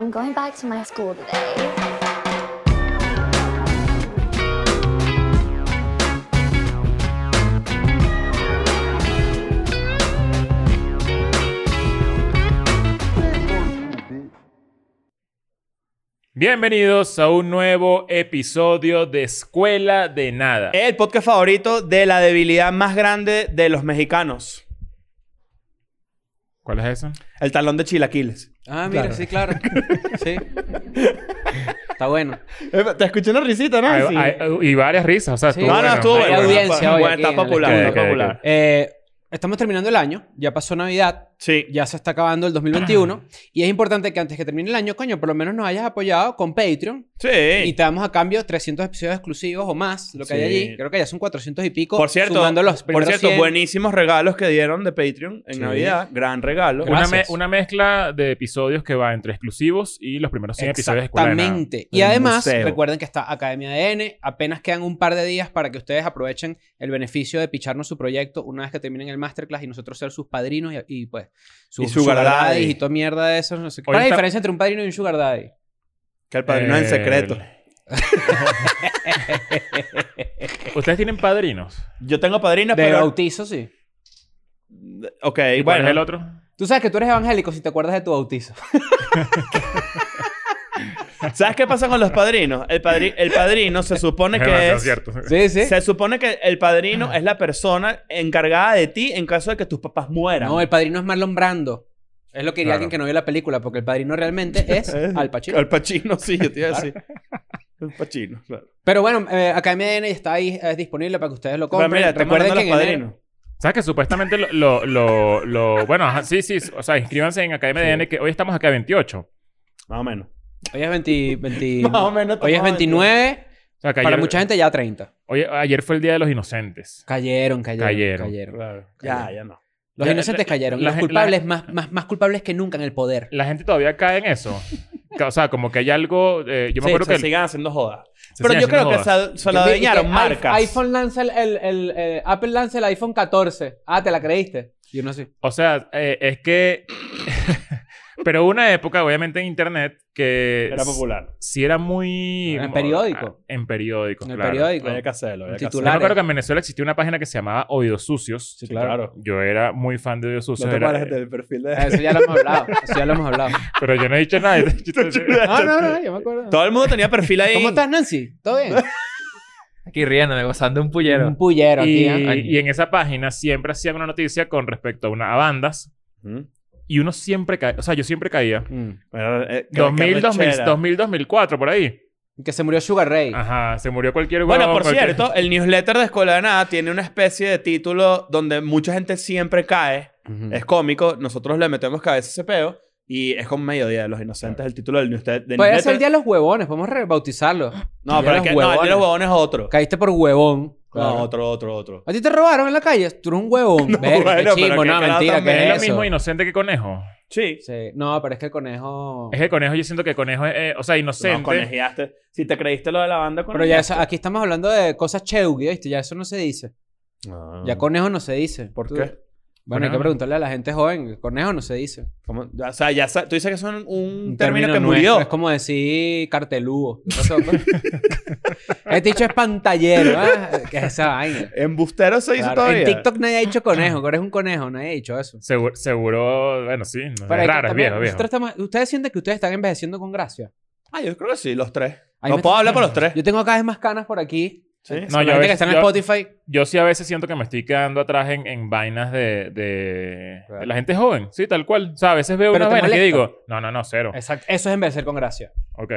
I'm going back to my school today. Bienvenidos a un nuevo episodio de Escuela de Nada. El podcast favorito de la debilidad más grande de los mexicanos. ¿Cuál es eso? El talón de chilaquiles. Ah, mira, Claro. sí, claro. Sí. Está bueno. Eh, Te escuché una risita, Hay- hay- y varias risas, o sea, Sí. estuvo no, bueno. no, estuvo Hay bueno. audiencia hoy Bueno, aquí está en la popular, escuela. está Ok, ok, popular. ok. Eh, estamos terminando el año. Ya pasó Navidad. Sí. Ya se está acabando el 2021. y es importante que antes que termine el año, coño, por lo menos nos hayas apoyado con Patreon. Y Sí. te damos a cambio 300 episodios exclusivos o más, lo que hay Sí. allí. Creo que ya son 400 y pico. Por cierto, sumando los por primeros cierto 100. buenísimos regalos que dieron de Patreon en Sí. Navidad. Gran regalo. Una, me- Gracias. una mezcla de episodios que va entre exclusivos y los primeros 100 episodios de Escuela de Nada. Exactamente. Y El además, museo. recuerden que está Academia ADN. Apenas quedan un par de días para que ustedes aprovechen el beneficio de picharnos su proyecto una vez que terminen el masterclass y nosotros ser sus padrinos y, y, pues sus Y sugar daddy. y toda mierda de eso. No sé. qué. Hoy ¿Cuál es está- la diferencia entre un padrino y un sugar daddy? Que el padrino Eh, es en secreto. ¿Ustedes tienen padrinos? Yo tengo padrinos, De pero... bautizo, sí. Ok, ¿Y cuál bueno. es el otro? Tú sabes que tú eres evangélico si te acuerdas de tu bautizo. ¿Sabes qué pasa con los padrinos? El, padri- el padrino se supone que Demasiado es... cierto. sí, sí. Se supone que el Ah. padrino es la persona encargada de ti en caso de que tus papás mueran. No, el padrino es Marlon Brando. Es lo que diría Claro. alguien que no vio la película, porque el padrino realmente es Al Pacino. Eh, Al Pacino, sí, yo te iba a decir. Al Pacino, claro. Pero bueno, eh, Academia ADN está ahí, es disponible para que ustedes lo compren. Pero mira, estamos Recuerden hablando que de en los enero- padrinos. ¿Sabes que supuestamente lo... lo, lo, lo- bueno, ajá, sí, sí. O sea, inscríbanse en Academia de N que hoy estamos acá 28. O Más o menos. Hoy es 20, 20 Más o menos, Hoy es más o menos. 29. sea, que Para ayer- mucha gente ya 30. hoy- ayer fue el Día de los Inocentes. Cayeron, cayeron. Cayeron. Cayeron. Ya, ya no. Los Ya, inocentes la- cayeron. Y la los gen- culpables, más, más, más culpables que nunca en el poder. La gente todavía cae en eso. Ca- O sea, como que hay algo... eh, yo me Sí, acuerdo se que... el- sigan haciendo jodas. se Pero siguen yo creo haciendo que jodas. se, se lo adueñaron Que- marcas. i- iPhone lanza el, el- el, eh, Apple lanza el iPhone 14. Ah, ¿te la creíste? Yo no sé. O sea, eh, es que... Pero hubo una época, obviamente, en Internet que... Era popular. Sí era muy... Ah, En periódico. En periódico, En el claro. periódico. Había que hacerlo. Había que Yo Titular. me hacerlo. Claro. acuerdo que en Venezuela existía una página que se llamaba Oídos Sucios. Sí, claro. Yo era muy fan de Oídos Sucios. No te era- pares del perfil Ah, de... Eso ya lo hemos hablado. Eso ya lo hemos hablado. Pero yo no he dicho nada. No, no, no, yo me acuerdo. Todo el mundo tenía perfil ahí. ¿Cómo estás, Nancy? ¿Todo bien? Aquí riéndome, gozando un pullero. Un pullero y, aquí. ¿eh? y en esa página siempre hacían una noticia con respecto a, una, a bandas. Mm. Y uno siempre caía. O sea, yo siempre caía. Mm. Bueno, eh, qué- qué 2000, 2000, rechera. 2000, 2004, por ahí. Que se murió Sugar Ray. Ajá, se murió cualquier Bueno, huevón, por cualquier- cierto, el newsletter de Escuela de Nada tiene una especie de título donde mucha gente siempre cae. Ujú. Es cómico. Nosotros le metemos cabeza a ese peo. Y es como Mediodía de los Inocentes el título del newsletter. del Puede ser newsletter. Pues el día de los huevones. Podemos rebautizarlo. No, el pero día es de que los no, el día de huevones. los huevones es otro. Caíste por huevón. No, otro, otro, otro. ¿A ti te robaron en la calle? Tú eres un huevón. No, Verga, qué bueno, pero chimbo. qué No, carajo mentira, también que Es es lo eso. mismo inocente que conejo. Sí. Sí. No, pero es que el conejo... Es que conejo, yo siento que conejo es. eh, o sea, inocente. No, conejeaste. Si te creíste lo de la banda, Pero ya conejeaste. eso- aquí estamos hablando de cosas cheugi, ¿viste? Ya eso no se dice. Ah. Ya conejo no se dice. ¿Por Tú- qué? Bueno, hay Conejo. que preguntarle a la gente joven. Conejo no se dice. ¿Cómo? Ya, O sea, ya sa- tú dices que son un, Un término, nuestro, que murió. Es como decir cartelugo. ¿Qué pasó, pues? este dicho es pantallero. ¿eh? ¿Qué es esa vaina? Embustero se hizo Claro, todavía. En TikTok nadie ha dicho conejo. Conejo es un conejo. Nadie ha dicho eso. Seguro, seguro, bueno, sí. no, Pero es hay que raro, es también- viejo, viejo. nosotros estamos- ¿Ustedes sienten que ustedes están envejeciendo con gracia? Ah, yo creo que sí, los tres. Ahí no me puedo está- hablar por los tres. Yo tengo cada vez más canas por aquí. Sí. No, No, yo la a gente veces- que está en yo- Spotify. Yo sí a veces siento que me estoy quedando atrás en, en vainas de, de- de la gente joven. Sí, tal cual. O sea, a veces veo Pero unas te vainas que molesta. digo, no, no, Mm. no, cero. Exacto. Eso es envejecer con gracia. Ok.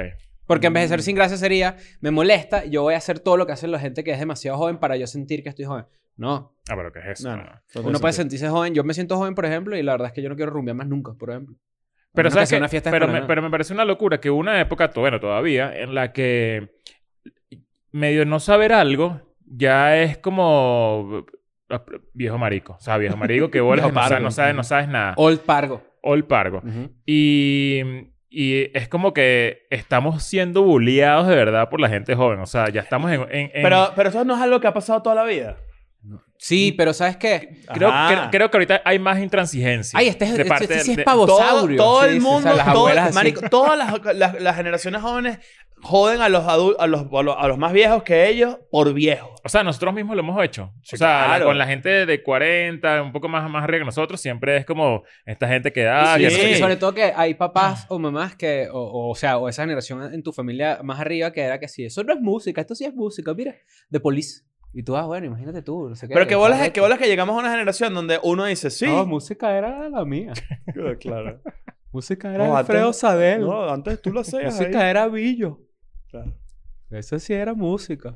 Porque envejecer sin gracia sería, me molesta, yo voy a hacer todo lo que hace la gente que es demasiado joven para yo sentir que estoy joven. No, Ah, pero ¿qué es eso? No, No, no. no. uno puede sentirse joven. Yo me siento joven, por ejemplo, y la verdad es que yo no quiero rumbear más nunca, por ejemplo. A Pero, menos ¿sabes sea qué? una fiesta pero, me, escolar, ¿no? pero me parece una locura que hubo una época, to- bueno, todavía, en la que medio no saber algo ya es como ah, viejo marico. O sea, viejo marico que bolas, Viejo no, sabes, pargo. no, sabes, no sabes nada. Old Pargo. All pargo. Y, y es como que estamos siendo bulleados de verdad por la gente joven. O sea, ya estamos en... en- en- Pero, pero eso no es algo que ha pasado toda la vida. Sí, pero ¿sabes qué? Creo, Ajá. cre- creo que ahorita hay más intransigencia. Ay, este, es- Ah, de este- parte este sí de- es de- Todo, pavosaurio. todo Sí, el sí, sí, mundo, o sea, las todo- abuelas así. marico, todas las, las- las generaciones jóvenes joden a los, adu- a, los, a, los, a los más viejos que ellos por viejos. O sea, nosotros mismos lo hemos hecho. Sí, o sea, la- claro. con la gente de 40, un poco más, más arriba que nosotros, siempre es como esta gente que ah, da. Sí. que Y so- y hace- sobre todo que hay papás o mamás que, o, o, o sea, o esa generación en tu familia más arriba que era que sí, eso no es música, esto sí es música, mira, de police. Y tú, ah, bueno, imagínate tú, no sé qué. Pero que o sea, bolas, esto. que bolas que llegamos a una generación donde uno dice, sí. No, música era la mía. claro. Música No, era antes- Alfredo Sadel. No, antes tú lo hacías. ahí. música era Billo. Claro. Eso sí era música.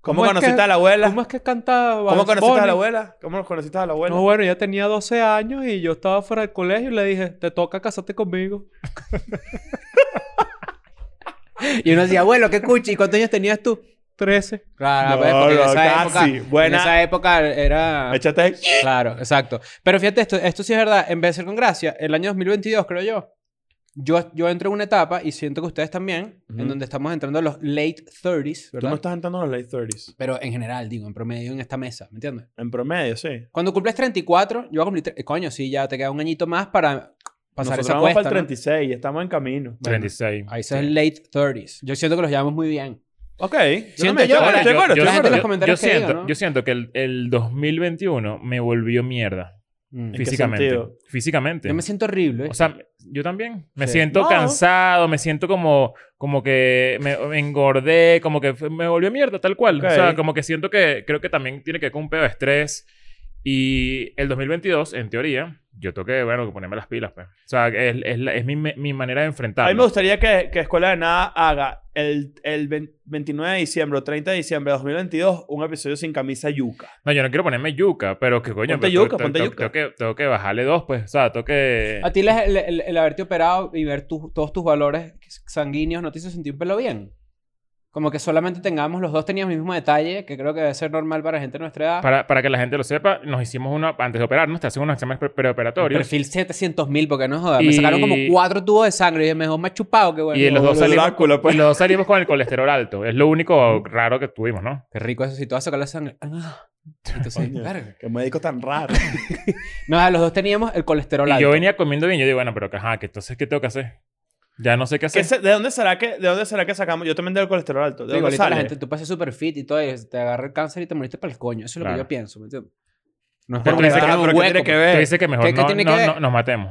¿Cómo, ¿Cómo es conociste que- a la abuela? ¿Cómo es que cantaba? ¿Cómo Bugs conociste a Bunny? la abuela? ¿Cómo conociste a la abuela? No, bueno, ya tenía 12 años y yo estaba fuera del colegio y le dije, te toca casarte conmigo. y uno decía, abuelo, ¿qué cuchi? ¿Y cuántos años tenías tú? 13. Claro, No, pues, porque no, en esa casi. época... Buena. En esa época era... Échate ahí. Claro, exacto. Pero fíjate, esto, esto sí es verdad. En vez de ser con gracia, el año 2022, creo yo, yo, yo entro en una etapa, y siento que ustedes también, Ujú. en donde estamos entrando a los late 30s, Tú ¿verdad? no estás entrando en los late 30s. Pero en general, digo, en promedio, en esta mesa, ¿me entiendes? En promedio, sí. Cuando cumples 34, yo voy a cumplir... tre- eh, Coño, sí, ya te queda un añito más para pasar Nosotros esa vamos cuesta, para el ¿no? 36 y estamos en camino. 36. Ahí se es late 30s. Yo siento que los llevamos muy bien. Ok. Siento me- yo- bueno, Ahora, estoy de acuerdo, yo- la gente estoy de en acuerdo. los comentarios que yo diga, siento, ¿no? yo siento que el, el 2021 me volvió mierda. Mm. qué Físicamente. sentido? Físicamente. Yo me siento horrible. O sea, yo también. Me Sí. siento No. cansado, me siento como, como que me, me engordé, como que me volvió mierda, tal cual. Ok. O sea, como que siento que creo que también tiene que ver con un pedo de estrés. Y el 2022, en teoría, yo toqué, bueno, que ponerme las pilas, pues. O sea, es, es, la- es mi, me- mi manera de A mí me enfrentarlo. gustaría que, que Escuela de Nada haga el, el 20 29 de diciembre o 30 de diciembre de 2022 un episodio sin camisa yuca. No, yo no quiero ponerme yuca, pero que coño. Ponte pero yuca, te- ponte te- yuca. Ah. Tengo que, tengo que bajarle dos, pues. O sea, tengo que... ¿A ti les- el, el- el haberte operado y ver tus- todos tus valores sanguíneos no te hizo sentir un pelo bien? Como que solamente tengamos, los dos teníamos el mismo detalle, que creo que debe ser normal para gente de nuestra edad. Para, para que la gente lo sepa, nos hicimos una... Antes de operarnos, te hacen unos exámenes pre- El preoperatorios. perfil 700 mil, porque no jodas. Me Y- sacaron como cuatro tubos de sangre y me dejó más chupado que bueno. Y los Como dos lo de salimos, Drácula, pues. y los dos salimos con el colesterol alto. Es lo único raro que tuvimos, ¿no? Qué rico eso, si tú vas a sacar la sangre. Ah. Entonces, Coño. verga. Qué médico tan raro. No, a los dos teníamos el colesterol Y alto. yo venía comiendo bien. Yo digo, bueno, pero que, ajá, que entonces, ¿qué tengo que hacer? Ya no sé qué ¿Qué hacer. se- ¿De, dónde será que, ¿De dónde será que sacamos? Yo también tengo el colesterol alto. Sí, ¿De dónde igualito sale? la gente, tú pasas súper fit y todo, y te agarra el cáncer y te moriste para el coño. Eso es lo que Claro. yo pienso, ¿me entiendes? No es Pero por tú dices meterme que- en un pero ¿qué tiene hueco, que pues. ver? Te dice que mejor ¿Qué- qué no, tiene no- que ver? no- nos matemos.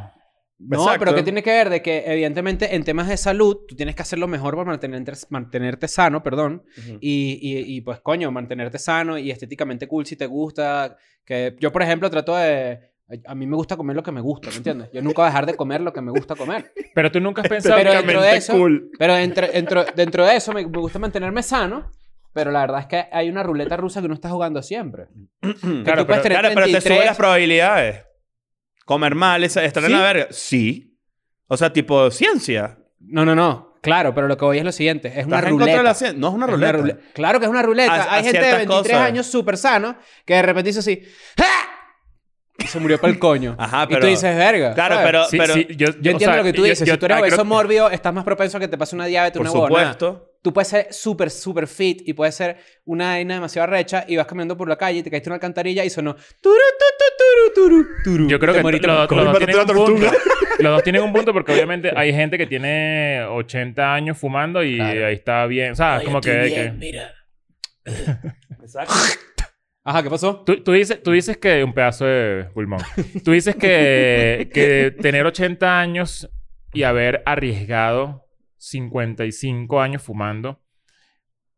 No, Exacto. pero ¿qué tiene que ver? De que evidentemente en temas de salud tú tienes que hacer lo mejor para mantenerte, mantenerte sano, perdón. Ujú. Y, y- y, pues coño, mantenerte sano y estéticamente cool si te gusta. Que yo, por ejemplo, trato de... A mí me gusta comer lo que me gusta, ¿me entiendes? Yo nunca voy a dejar de comer lo que me gusta comer. Pero tú nunca has pensado... Pero que- dentro de eso- cool. Pero entre- dentro, dentro de eso me, me gusta mantenerme sano. Pero la verdad es que hay una ruleta rusa que uno está jugando siempre. Claro, tú puedes pero, tener claro, pero te 33. sube las probabilidades. Comer mal, esa- estar en ¿Sí? la verga. Sí. O sea, tipo ciencia. No, no, no. Claro, pero lo que voy es lo siguiente. Es una ¿Estás en contra de ruleta. la ciencia? No es una Es una ruleta. rule- Claro que es una ruleta. A- a Hay gente de ciertas 23 cosas. años súper sano que de repente hizo así. ¡Ah! Y se murió para el coño. Ajá, Y tú pero- dices, verga. Claro, ¿sabes? pero- Sí, sí, yo, Yo o entiendo sea, lo que tú yo- dices. yo- si tú eres ah, creo- obeso mórbido, estás más propenso a que te pase una diabetes, Por una huevonada. supuesto. Tú puedes ser súper, súper fit y puedes ser una vaina demasiado recha y vas caminando por la calle y te caíste en una alcantarilla y sonó... Turu, tu, tu, turu, turu, turu. Yo creo Te que moriste lo- por lo- el coño. los dos tienen un punto. Los dos tienen un punto porque obviamente hay gente que tiene 80 años fumando y Claro. ahí está bien. O sea, como que... que- Exacto. Ajá, ¿qué pasó? Tú, tú dices, tú dices que un pedazo de pulmón. Tú dices que, que tener 80 años y haber arriesgado 55 años fumando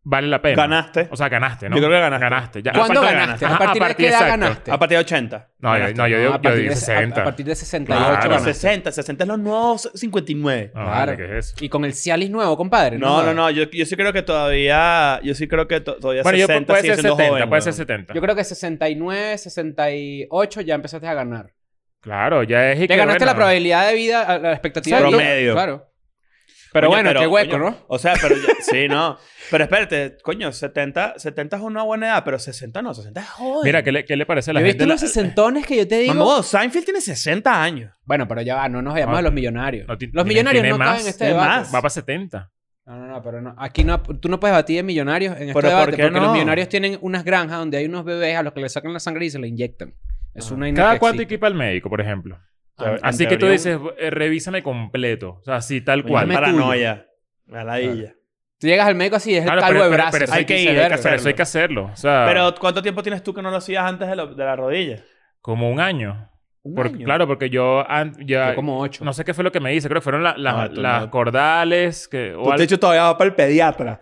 vale la pena. Ganaste. O sea, ganaste, ¿no? Yo creo que ganaste. ya. ¿Cuándo Aparte- ganaste? Ajá, ¿A partir de qué edad exacto. ganaste? Ah, A partir de 80. No, yo, no, yo digo, a yo partir digo de- a- 60. A, partir de 68 Claro. Ah, Claro, ganaste. 60. 60 es los nuevos 59. No, Claro. vale, ¿qué es eso? Y con el Cialis nuevo, compadre. No, no, no. Yo, yo sí creo que todavía... Yo sí creo que to- todavía Bueno, yo, 60 puede sigue ser siendo 70, joven. puede ser weón. 70. Yo creo que 69, 68 ya empezaste a ganar. Claro, ya es... y Te que, ganaste bueno, la probabilidad de vida, a- la expectativa de vida. Promedio. Claro. Pero Coño, bueno, qué hueco, coño, ¿no? O sea, pero... yo- sí, no. Pero espérate. Coño, 70, 70 es una buena edad, pero 60 no. 60 es joven. Mira, ¿qué le, qué le parece a la ¿Yo gente? viste la- los sesentones que yo te digo? Mamá, wow, Seinfeld tiene 60 años. Bueno, pero ya va, no nos vayamos No, a los millonarios. Ah, no ti- los tiene- millonarios tiene no más, caen en este tiene debate. más. Va para 70. No, no, no, pero no. Aquí no, tú no puedes batir de millonarios en este ¿Pero por debate qué porque no? los millonarios tienen unas granjas donde hay unos bebés a los que le sacan la sangre y se la inyectan. Es Ah. una Cada cuánto cuánto equipa el médico, por ejemplo. Ah, en Así que tú teoría, dices, eh, revísame completo. O sea, así, tal Coño, cual. Dame Paranoia. Ah, Maladilla. Tú llegas al médico así, es Claro, el calvo pero- de pero- brazos. pero eso y hay que dice, ir, hay que "Verga". Pero eso hay que hacerlo. O sea, Pero ¿cuánto tiempo tienes tú que no lo hacías antes de, lo- de la rodilla? como un año. ¿Un Por- año? Claro, porque yo... an- ya- Yo como ocho. No sé qué fue lo que me hice. Creo que fueron la- la- Ah, tú las no. cordales. Que, o Tu algo- techo todavía va para el pediatra.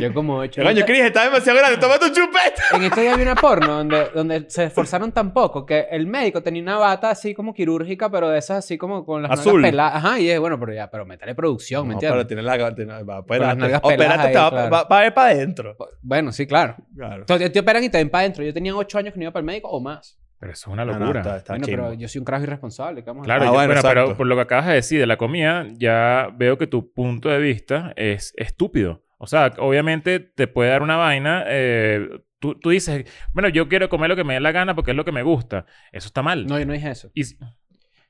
Yo como ocho. Coño, Cris, está demasiado grande. Toma tu chupete. En estos días vi una porno donde, donde se esforzaron tan poco que el médico tenía una bata así como quirúrgica, pero de esas así como con las Azul. nalgas peladas. Ajá, y es bueno, pero ya, pero metale producción, ¿me No, pero entiendes? tiene la... Tiene, va, las opérate. nalgas peladas Opérate, ahí, te va, claro. va- va a ir para adentro. Bueno, sí, claro. Claro. Entonces, te operan y te ven para adentro. Yo tenía ocho años que no iba para el médico o más. Pero eso es una Ah, No, no, locura. está, está bueno, chimbo. pero yo soy un crajo irresponsable. ¿qué vamos a Claro, hacer? Ah, yo- bueno, pero- exacto. pero por lo que acabas de decir de la comida, ya veo que tu punto de vista es estúpido. O sea, obviamente te puede dar una vaina. eh, tú, tú dices, bueno, yo quiero comer lo que me dé la gana porque es lo que me gusta. Eso está mal. No, yo no dije eso. Y si-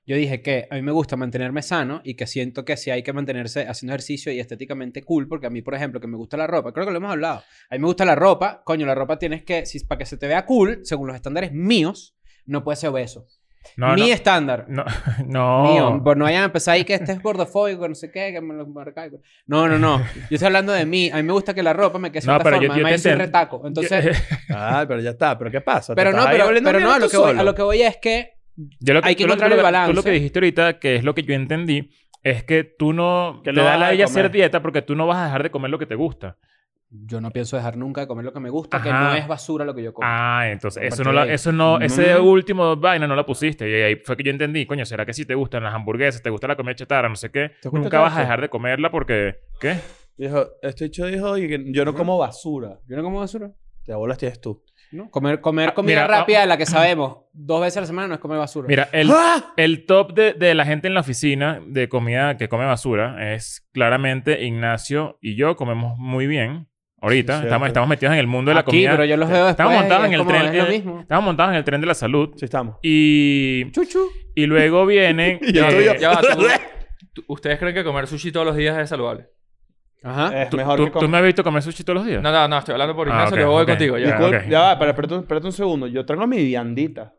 Yo dije que a mí me gusta mantenerme sano y que siento que si hay que mantenerse haciendo ejercicio y estéticamente cool, porque a mí, por ejemplo, que me gusta la ropa, creo que lo hemos hablado. A mí me gusta la ropa, coño, la ropa tienes que, si, para que se te vea cool, según los estándares míos, no puede ser obeso. no, Mi no, estándar. no, no. Mío, pues no vayan a empezar ahí que este es gordofóbico, no sé qué, que me lo marca. No, no, no. Yo estoy hablando de mí. A mí me gusta que la ropa me quede de No, cierta pero yo- forma. yo te Además, yo soy entiendo. retaco. Entonces, Ah, pero ya está. ¿Pero qué pasa? ¿Te pero no, estás ahí pero, oliendo pero no, mierda a lo, tú que voy, a solo? lo que voy es que Yo lo Hay que tú lo- encontrar tú lo- el balance. Tú lo que dijiste ahorita, que es lo que yo entendí, es que tú no Que te no vas da a la dejar de idea hacer comer. dieta porque tú no vas a dejar de comer lo que te gusta. yo no pienso dejar nunca de comer lo que me gusta, que Ajá. no es basura lo que yo como. Ah, entonces A eso partir no, de la- ahí. eso no, ese Mm. último vaina no la pusiste. Y ahí fue que yo entendí, coño, ¿será que si te gustan las hamburguesas, te gusta la comida chatarra, no sé qué? ¿Te gusta Nunca todo vas a eso? dejar de comerla porque, ¿qué? Dijo, este hecho dijo y que yo no como basura. Yo no como basura. Te bolas tienes tú. ¿no? Comer, comer Ah, comida mira, rápida, la que sabemos, dos veces a la semana no es comer basura. Mira, el, ¡Ah! el top de, de la gente en la oficina de comida que come basura es claramente Ignacio y yo comemos muy bien. Ahorita Sí, estamos, cierto. estamos metidos en el mundo de la Aquí, comida. pero yo los veo después. Estamos montados y es en el como, tren. Es lo eh, mismo. Estamos montados en el tren de la salud. Sí, estamos. Y, Chuchu. y luego vienen... Y el eh, tuyo. Ya va, tú- tú- ¿Ustedes creen que comer sushi todos los días es saludable? Ajá. Es ¿tú, mejor tú- que tú comer. me has visto comer sushi todos los días? No, no, no, estoy hablando por Ah, Ignacio, ok, yo voy ok. contigo. Ya. Ya. va. Disculpa, ok. Ya va, pero espérate, un- espérate un segundo. Yo traigo mi viandita.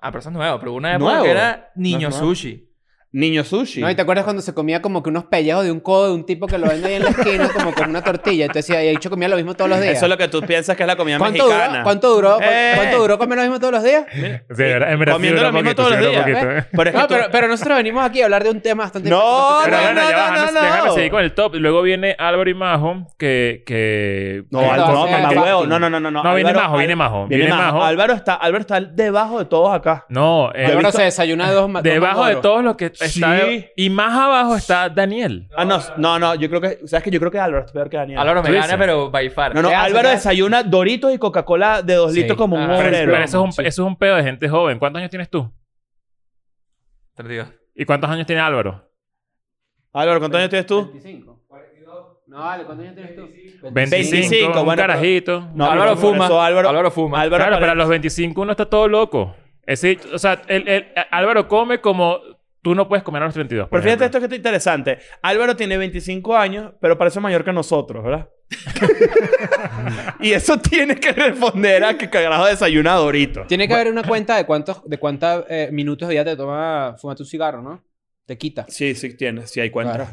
Ah, pero eso es nuevo. Pero una época Nuevo. que era niño No es nuevo. sushi. Niño sushi. No, ¿y te acuerdas cuando se comía como que unos pellejos de un codo de un tipo que lo vende ahí en la esquina como con una tortilla? Entonces, y el hecho comía lo mismo todos los días. Eso es lo que tú piensas que es la comida ¿Cuánto duró, mexicana. ¿Cuánto duró? cu- ¡Eh! ¿Cuánto duró comer lo mismo todos los días? Sí, de verdad, en verdad, sí Comiendo duró lo mismo poquito, todos sí los duró días, poquito, ¿eh? Pero es que No, tú- pero, pero nosotros venimos aquí a hablar de un tema bastante... No, Pero no, bueno, no, ya va, no, déjame- no. déjame seguir con el top. Luego viene Álvaro y Majo, que... que No, que- Álvaro, Álvaro, o sea, mamá que- huevo. No, no, no, no. No, viene Álvaro- Majo, viene Majo, Viene viene Majo. Majo. Álvaro está, Álvaro está debajo de todos acá. No, eh, Ahora visto- se desayuna dos ma- dos debajo de mangoros. todos los que está... Sí. Y más abajo está Daniel. Ah, no, no, no. Yo creo que, ¿sabes que Yo creo que Álvaro está peor que Daniel. Álvaro me ¿Tú gana, dices? pero by far. No, no, ¿Qué hace, Álvaro qué hace? desayuna Doritos y Coca-Cola de dos Sí. litros como un Ah, Pero, obrero. pero eso, es un, sí. eso es un pedo de gente joven. ¿Cuántos años tienes tú? Te lo digo. ¿Y cuántos años tiene Álvaro? Álvaro, ¿cuántos años tienes tú? 25. 42. No, vale, ¿cuántos años tienes tú? 25, 25, un bueno, pero- carajito. No, Álvaro pero por fuma. eso Álvaro, Álvaro- fuma. Álvaro claro, pero a parece- los 25 uno está todo loco. Ese, o sea, el, el- Álvaro come como tú no puedes comer a los 32. por Pero fíjate ejemplo. esto que está interesante. Álvaro tiene 25 años, pero parece mayor que nosotros, ¿verdad? y eso tiene que responder a que carajo desayuna Doritos. Tiene que haber una cuenta de cuántos de cuántos minutos de día te toma fumarte un cigarro, ¿no? Te quita. Sí, sí, tiene, sí hay cuenta. Claro.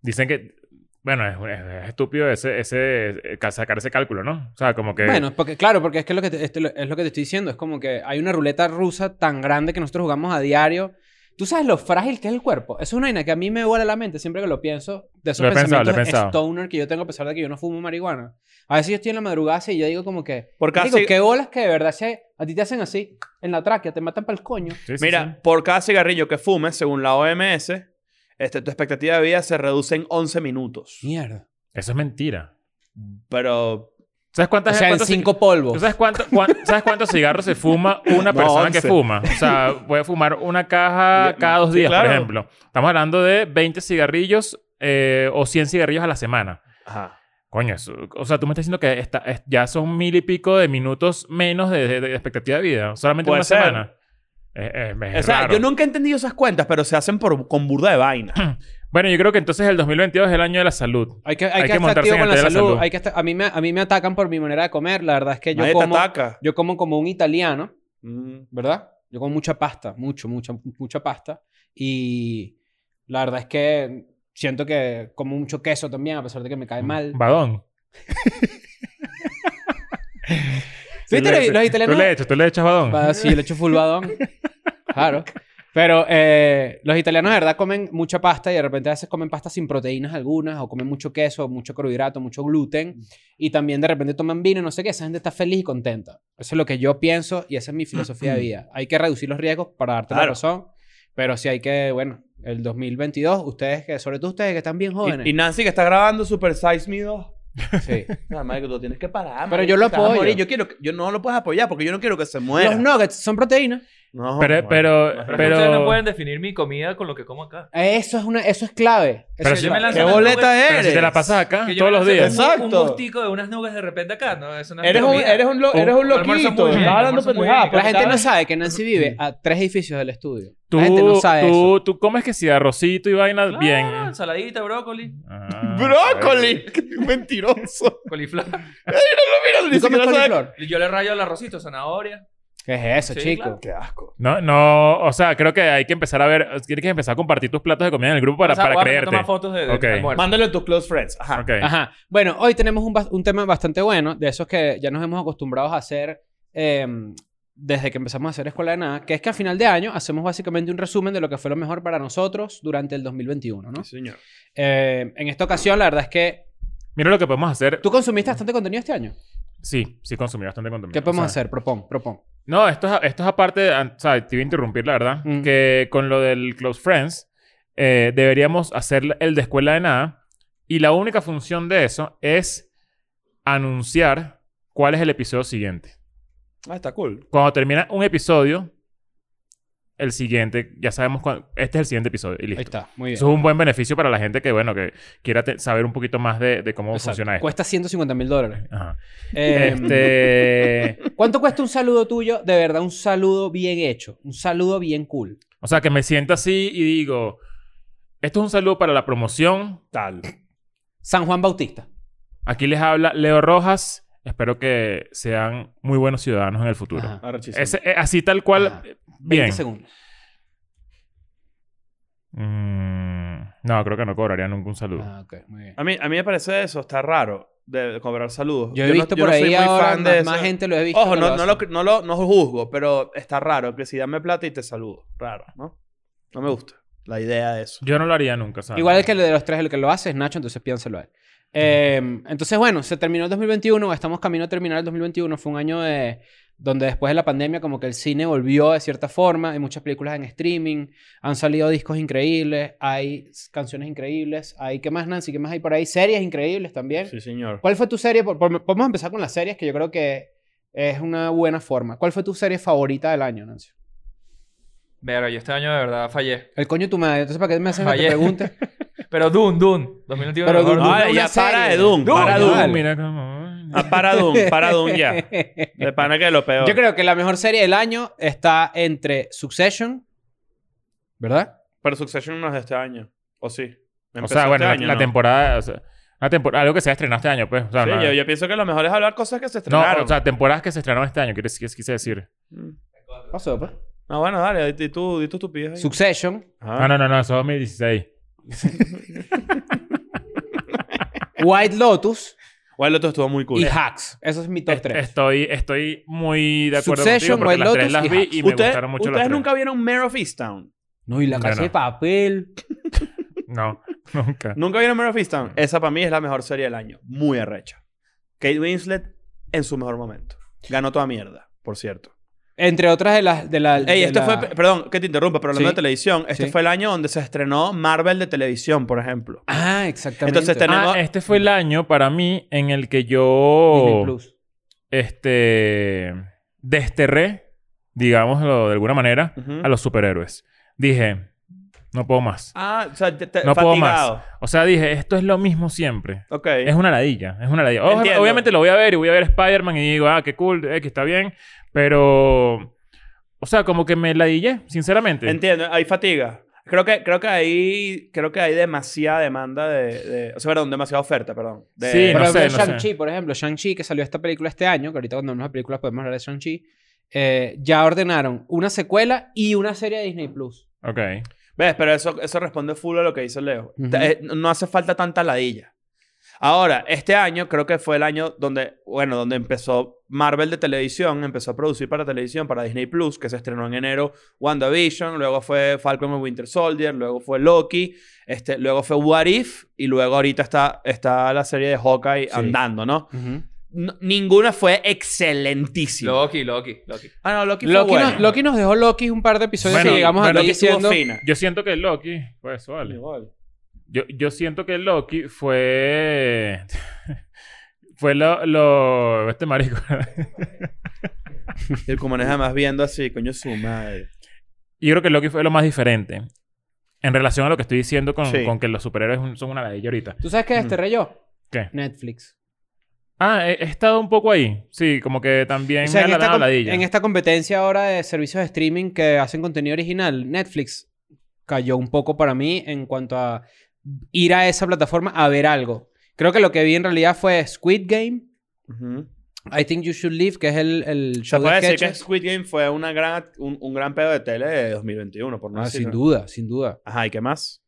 Dicen que. Bueno, es, es- es estúpido ese, ese, eh, ca- sacar ese cálculo, ¿no? O sea, como que. Bueno, porque claro, porque es que, lo que te- este lo- es lo que te estoy diciendo, es como que hay una ruleta rusa tan grande que nosotros jugamos a diario. Tú sabes lo frágil que es el cuerpo. Eso es una vaina que a mí me vuela la mente siempre que lo pienso. De esos Lo he pensado, pensamientos lo he pensado. stoner que yo tengo a pesar de que yo no fumo marihuana. A veces yo estoy en la madrugada y yo digo como que... Por Digo, casi- qué bolas que de verdad se- a ti te hacen así en la tráquea, te matan para el coño. Sí, sí, Mira, por cada cigarrillo que fumes, según la OMS, este, tu expectativa de vida se reduce en 11 minutos. Mierda. sí. Eso es mentira. Pero ¿Sabes O cuántas sea, en cuántos- cinco polvos. ¿Tú ¿Sabes, cuánto, cuán- ¿Sabes cuántos cigarros se fuma una No, persona que once. fuma? O sea, puede fumar una caja Ya, cada dos sí, días, claro. por ejemplo. Estamos hablando de 20 cigarrillos eh, o 100 cigarrillos a la semana. ajá. Coño, eso- o sea, tú me estás diciendo que está- es- ya son mil y pico de minutos menos de, de- de expectativa de vida. Solamente Puede una ser. semana. Eh, eh, es o sea, raro. yo nunca he entendido esas cuentas, pero se hacen por, con burda de vaina. Bueno, yo creo que entonces el 2022 es el año de la salud. Hay que, hay Hay que que estar montarse activo en con la el tren de salud. la salud. Hay que estar- a, mí me, a mí me atacan por mi manera de comer. La verdad es que yo Nadie como... te ataca. Yo como como un italiano, Mm. ¿verdad? Yo como mucha pasta, mucho, mucha, mucha pasta. Y la verdad es que siento que como mucho queso también, a pesar de que me Mm, cae mal. Badón. ¿Viste Tú los- le- los italianos? Tú le echas, tú le echas badón. Va, Sí, le echo full badón. Claro. Pero eh, los italianos de verdad comen mucha pasta y de repente a veces comen pasta sin proteínas algunas o comen mucho queso, mucho carbohidrato, mucho gluten y también de repente toman vino, no sé qué. Esa gente está feliz y contenta. Eso es lo que yo pienso y esa es mi filosofía de vida. Hay que reducir los riesgos para darte la Claro. razón, pero sí hay que, bueno, el 2022, ustedes que, sobre todo ustedes que están bien jóvenes. Y, y Nancy que está grabando Super Size Me 2. Sí. No, Ah, marico, tú tienes que parar. Pero marico, yo lo te vas a apoyo. morir. Yo, quiero que- yo no lo puedes apoyar porque yo no quiero que se muera. Los nuggets son proteínas. No, Pero- bueno, pero- no, Pero, es que pero- ustedes no pueden definir mi comida con lo que como acá. Eso es una, eso es clave. Eso Pero es si yo me clave. lanzo ¿Qué Pero- boleta Pero eres? si te la pasas Ah, acá Que yo todos me los lance días. Un, Exacto. un gustico de unas nubes de repente acá. No, eso no es Eres mi un, comida. eres un, lo- Un- eres un un almuerzo loquito. muy bien, Estás un hablando almuerzo muy pendejadas. bien. porque La gente estaba- no sabe que Nancy vive a tres edificios del estudio. Tú, la gente no sabe tú, eso. tú comes que si arrocito y vaina Claro, bien. eh. Ensaladita, brócoli, Ah, ¡Brócoli! ¡Qué mentiroso! coliflor. Mira, ni ¿Tú comes siquiera sabe- coliflor? Y Yo le rayo el arrocito, zanahoria. ¿Qué es eso, Sí, chico? claro. ¡Qué asco! No, no, o sea, creo que hay que empezar a ver, tienes que empezar a compartir tus platos de comida en el grupo para, O sea, para voy a poner- creerte. Toma fotos de, de Ok. mi almuerzo. Mándalo a tus close friends. Ajá. Ok. Ajá. Bueno, hoy tenemos un, bas- un tema bastante bueno, de esos que ya nos hemos acostumbrados a hacer eh, desde que empezamos a hacer Escuela de Nada, que es que a final de año hacemos básicamente un resumen de lo que fue lo mejor para nosotros durante el 2021, ¿no? Sí, señor. Eh, en esta ocasión, la verdad es que Mira lo que podemos hacer. tú consumiste bastante contenido este año. Sí, sí consumí bastante contenido. ¿Qué podemos O sea, hacer? Propón, propón. No, esto es, esto es aparte, an- o sea, te iba a interrumpir, la verdad, Mm. que con lo del Close Friends, eh, deberíamos hacer el de escuela de nada y la única función de eso es anunciar cuál es el episodio siguiente. Ah, está cool. Cuando termina un episodio, el siguiente, ya sabemos cuándo, este es el siguiente episodio y Ahí listo. está, muy bien. Eso es un buen beneficio para la gente que, bueno, que quiera te- saber un poquito más de, de cómo Exacto. funciona esto. Cuesta 150 mil dólares. Ajá. Eh, Este... ¿Cuánto cuesta un saludo tuyo? De verdad, un saludo bien hecho. Un saludo bien cool. O sea, que me siento así y digo, esto es un saludo para la promoción. Tal. San Juan Bautista. Aquí les habla Leo Rojas. Espero que sean muy buenos ciudadanos en el futuro. Ajá. Arrechísimo. Ese- eh, así tal cual. Ajá. eh, 20 Bien. segundos. Mm, no, creo que no cobraría nunca un saludo. Ah, ok, muy bien. A mí, a mí me parece eso, está raro de, de cobrar saludos. Yo he no- visto yo por no soy ahí muy ahora fan de más, eso. más gente lo he visto. Ojo, que no, no, lo, hace. no, lo, no os juzgo, pero está raro que si dame plata y te saludo. Raro, ¿no? No me gusta la idea de eso. Yo no lo haría nunca, ¿sabes? Igual el que de los tres el que lo hace es Nacho, entonces piénselo a él. Eh, entonces, bueno, se terminó el 2021, estamos camino a terminar el 2021. Fue un año de, donde después de la pandemia como que el cine volvió de cierta forma. Hay muchas películas en streaming, han salido discos increíbles, hay s- canciones increíbles, hay, ¿qué más Nancy? ¿Qué más hay por ahí? Series increíbles también. Sí, señor. ¿Cuál fue tu serie? Por- por- podemos empezar con las series, que yo creo que es una buena forma. ¿Cuál fue tu serie favorita del año, Nancy? Verga, yo este año de verdad fallé. El coño de tu madre. Entonces, ¿para qué me hacen la Fallé. pregunta? Pero Dune, Dune. 2021. Pero mejor Ah, Dune, Dune. Dune. Ahora una Ah, ya para serie. de Doom. Doom, Para Ah, Doom. mira cómo- Ah, para Doom, para Doom ya. De pana que es lo peor. Yo creo que la mejor serie del año está entre Succession, ¿verdad? Pero Succession no es de este año. ¿O sí? O Empezó sea, bueno, este la, año, la ¿no? temporada. o sea, una tempor- algo que se ha estrenado este año, pues. O sea, Sí, no, yo, yo pienso que lo mejor es hablar cosas que se no, estrenaron. o sea, temporadas que se estrenaron este año, quise, quise decir. Mm. Pasó, pues. No, bueno, dale, di tú, di tú tu pie. Succession, Ah. Ah, No, no, no, no, eso es 2016. White Lotus Bueno, el otro estuvo muy cool. y Eh, Hacks. Eso es mi top Est- 3. Estoy, estoy muy de acuerdo Succession, contigo porque White las Lotus tres las y vi Hacks. y me ¿Ustedes- gustaron mucho las ¿Ustedes tres. nunca vieron Mare of Easttown? No, y la No, casa no. de papel. No, nunca. ¿Nunca vieron Mare of Mm. Easttown? Esa para mí es la mejor serie del año. Muy arrecha. Kate Winslet en su mejor momento. Ganó toda mierda, por cierto. Entre otras de las. De la, Ey, de esto la- fue... Perdón, que te interrumpa, pero hablando Sí. de televisión. Este Sí. fue el año donde se estrenó Marvel de televisión, por ejemplo. Ah, exactamente. Entonces tenemos- Ah, este fue el año para mí en el que Ah, Disney yo Plus. este desterré, digámoslo de alguna manera, Ujú. a los superhéroes. Dije, no puedo más. Ah, o sea, te, te- No puedo fatigado. más. O sea, dije, esto es lo mismo siempre. Ok. Es una ladilla, es una ladilla. Ojo, Entiendo. obviamente lo voy a ver y voy a ver Spider-Man y digo, ah, qué cool, eh, que está bien, pero... O sea, como que me ladillé, sinceramente. Entiendo, hay fatiga. Creo que, creo que ahí creo que hay demasiada demanda de, de- o sea, perdón, demasiada oferta, perdón. De- Sí, Pero no sé, ve no Shang-Chi, sé. por ejemplo, Shang-Chi, que salió esta película este año, que ahorita cuando hablemos de películas podemos hablar de Shang-Chi, eh, ya ordenaron una secuela y una serie de Disney Plus. Ok. ¿Ves? Pero eso, eso responde full a lo que dice Leo. Ujú. Te- eh, No hace falta tanta ladilla. Ahora, este año creo que fue el año donde, bueno, donde empezó Marvel de televisión, empezó a producir para televisión, para Disney Plus, que se estrenó en enero WandaVision, luego fue Falcon and Winter Soldier, luego fue Loki, este, luego fue What If, y luego ahorita está, está la serie de Hawkeye Sí. andando, ¿no? No- Ninguna fue excelentísima. Loki, Loki, Loki. ah, no, Loki fue Loki, bueno. nos, Loki nos dejó Loki un par de episodios Bueno, que llegamos bueno, aquí Loki estuvo diciendo... fina. Yo siento que Loki. Pues eso vale. Yo, yo siento que Loki fue. fue lo, lo- Este marico. Y el común es además viendo así, coño su madre. yo creo que Loki fue lo más diferente. En relación a lo que estoy diciendo con, Sí. con que los superhéroes son una ladilla ahorita. ¿Tú sabes qué desterré yo? ¿Qué? Netflix. Ah, he, he estado un poco ahí. Sí, como que también O sea, me en ha esta, ganado com- la ladilla. en esta competencia ahora de servicios de streaming que hacen contenido original, Netflix cayó un poco para mí en cuanto a ir a esa plataforma a ver algo. Creo que lo que vi en realidad fue Squid Game, Ujú. I Think You Should Leave, que es el, el Se show puede de decir que sketches. Squid Game fue una gran, un, un gran pedo de tele de 2021, por no Ah, decir- sin duda, sin duda. Ajá, ¿y qué más?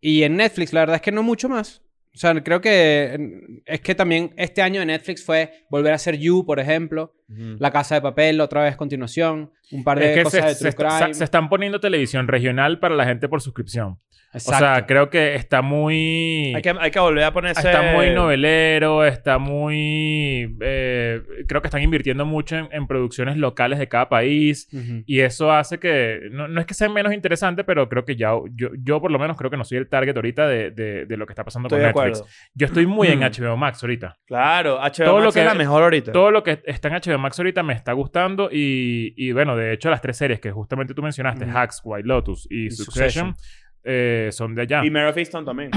Y en Netflix, la verdad es que no mucho más. O sea, creo que eh, es que también este año de Netflix fue volver a ser You, por ejemplo, La Casa de Papel, otra vez continuación, un par de Es que cosas se, de se True está- Crime. se están poniendo televisión regional para la gente por suscripción. O sea, Exacto. creo que está muy. Hay que, hay que volver a ponerse... Está muy novelero, está muy... eh, creo que están invirtiendo mucho en, en producciones locales de cada país Ujú. y eso hace que... No, no es que sea menos interesante, pero creo que ya... Yo, yo por lo menos creo que no soy el target ahorita de, de- de lo que está pasando Estoy con de Netflix. acuerdo. Yo estoy muy en Mm. HBO Max ahorita. Claro, HBO Todo Max lo que- es la mejor ahorita. Todo lo que está en HBO Max ahorita me está gustando y, y bueno, de hecho las tres series que justamente tú mencionaste, Ujú. Hacks, White Lotus y, Y Succession, eh, son de allá. Y Mare of Easton también.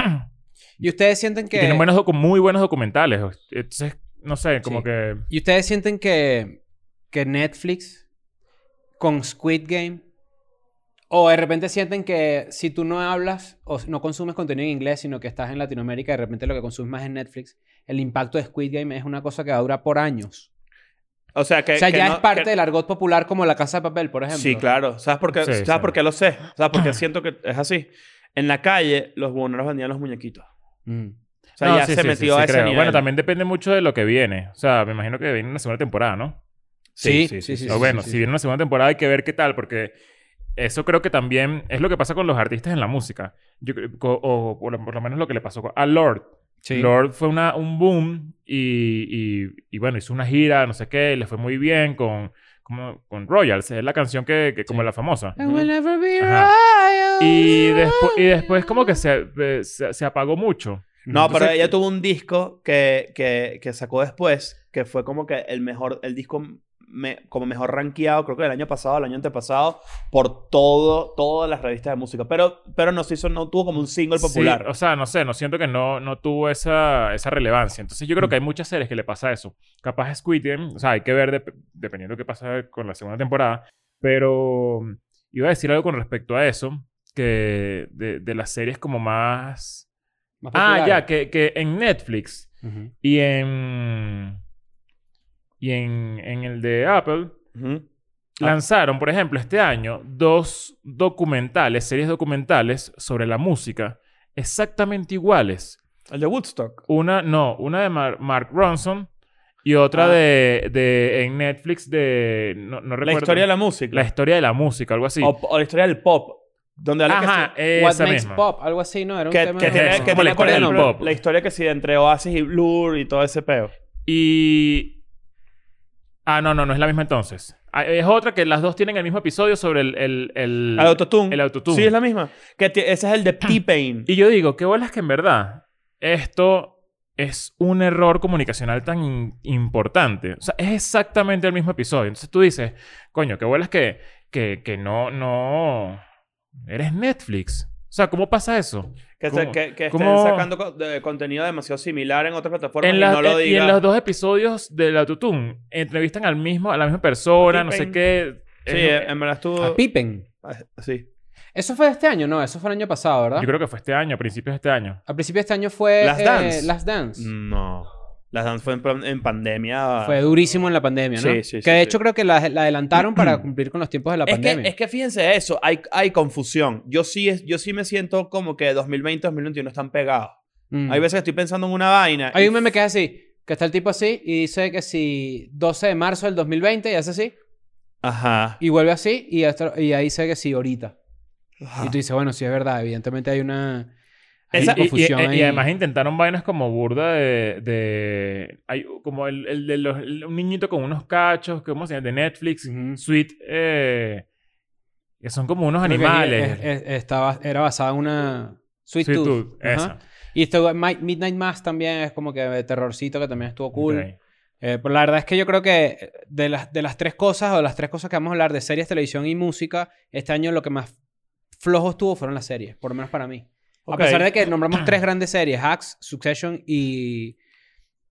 Y ustedes sienten Y que. tienen buenos docu- muy buenos documentales. Entonces, no sé, como Sí. que... Y ustedes sienten que. Que Netflix. Con Squid Game. O de repente sienten que si tú no hablas o no consumes contenido en inglés, sino que estás en Latinoamérica, de repente lo que consumes más es Netflix, el impacto de Squid Game es una cosa que va a durar por años. O sea, que... o sea, que ya no- es parte que- del argot popular como La Casa de Papel, por ejemplo. Sí, claro. ¿Sabes por qué, Sí, ¿sabes sí. Por qué lo sé? ¿Sabes por qué siento que es así? En la calle, los buhoneros vendían los muñequitos. Mm. O sea, No, ya sí, se sí, sí, metió sí, a ese creo. nivel. Bueno, también depende mucho de lo que viene. O sea, me imagino que viene una segunda temporada, ¿no? Sí, sí, sí, o sí, bueno, sí, si sí. viene una segunda temporada hay que ver qué tal, porque eso creo que también es lo que pasa con los artistas en la música. Yo cre- co- o por lo, por lo menos lo que le pasó a Lord. Sí. Lord fue una, un boom y, y- y bueno, hizo una gira, no sé qué, le fue muy bien con, como, con Royals. Es la canción que, que como Sí. la famosa. I will never be Ajá. royal. Y, despu- y después como que se, eh, se, se apagó mucho. No, pero Entonces- ella tuvo un disco que, que, que sacó después, que fue como que el mejor, el disco me- como mejor rankeado, creo que el año pasado, el año antepasado, por todo, todas las revistas de música. Pero, pero no se hizo, no tuvo como un single Sí, popular. o sea, no sé, no siento que no, no tuvo esa, esa relevancia. Entonces yo creo que hay muchas series que le pasa eso. Capaz Squid Game, o sea, hay que ver dep- dependiendo de qué pasa con la segunda temporada. Pero mm, iba a decir algo con respecto a eso, que de, de las series como más... Más Ah, popular. ya, que, que en Netflix Ujú. y en... Y en, en el de Apple Ujú. Ah. lanzaron, por ejemplo, este año dos documentales, series documentales sobre la música exactamente iguales. El de Woodstock. Una, no, una de Mar- Mark Ronson y otra Ah. de, de- en Netflix de no, no La recuerdo. historia de la La música. historia de la música, algo así. O, o la historia del pop. Donde habla que Ajá, sí- What esa makes misma. pop, algo así, ¿no? Era un que, tema que de- tiene, Eso, que como tiene, la por historia del ejemplo, pop. la historia que sí entre Oasis y Blur y todo ese peo. Y ah, no, no, no es la misma entonces. Ah, Es otra que las dos tienen el mismo episodio sobre el el, el- El autotune. el autotune. Sí, es la misma. Que ti- ese es el de T-Pain. Y yo digo, qué bolas que en verdad esto es un error comunicacional tan in- importante. O sea, es exactamente el mismo episodio. Entonces tú dices, coño, qué bolas que, que, que no, no... Eres Netflix. O sea, ¿cómo pasa eso? Que, se- ¿Cómo? que- que estén ¿Cómo? sacando co- de- contenido demasiado similar en otras plataformas En y la- no lo en- y en diga. los dos episodios del Autotune entrevistan al mismo, a la misma persona, no sé Pippen. qué. Sí, eh, Es- en verdad estuvo... A Ah, Pippen. Ah, Sí. Eso fue este año, no, eso fue el año pasado, ¿verdad? Yo creo que fue este año, a principios de este año. Al principio de este año fue... Las eh, Dance. Mm. Las Dance. No. Las dance fue en, pan- en pandemia. Fue durísimo en la pandemia, ¿no? Ah. Sí, sí, Que sí, de sí. hecho creo que la, la adelantaron para cumplir con los tiempos de la es pandemia. que, es que fíjense eso, hay, hay confusión. Yo sí, es- yo sí me siento como que 2020 2021 están pegados. Mm. Hay veces que estoy pensando en una vaina. Hay y- un meme que es así, que está el tipo así y dice que si 12 de marzo del 2020 y hace así, Ajá. y vuelve así y, hasta- y ahí dice que sí ahorita. Ajá. Y tú dices, bueno, sí es verdad, evidentemente hay una... hay Ah. Esa- una y, y- confusión y- y ahí. además intentaron vainas como burda de... de- hay como el, el de los, el- un niñito con unos cachos, ¿cómo se llama? De Netflix. Ujú. Sweet, eh, que son como unos Creo que animales. es- es- estaba, era basada en una... Sweet, Sweet Tooth. Tooth, Ajá. esa. Y esto, eh, Mi- Midnight Mass también es como que de terrorcito que también estuvo cool. Ok. Eh, pero la verdad es que yo creo que eh, de las, de las tres cosas o de las tres cosas que vamos a hablar de series, televisión y música, este año lo que más flojo estuvo fueron las series, por lo menos para mí. Ok. Ah. A pesar de que nombramos tres grandes series, Hacks, Succession y,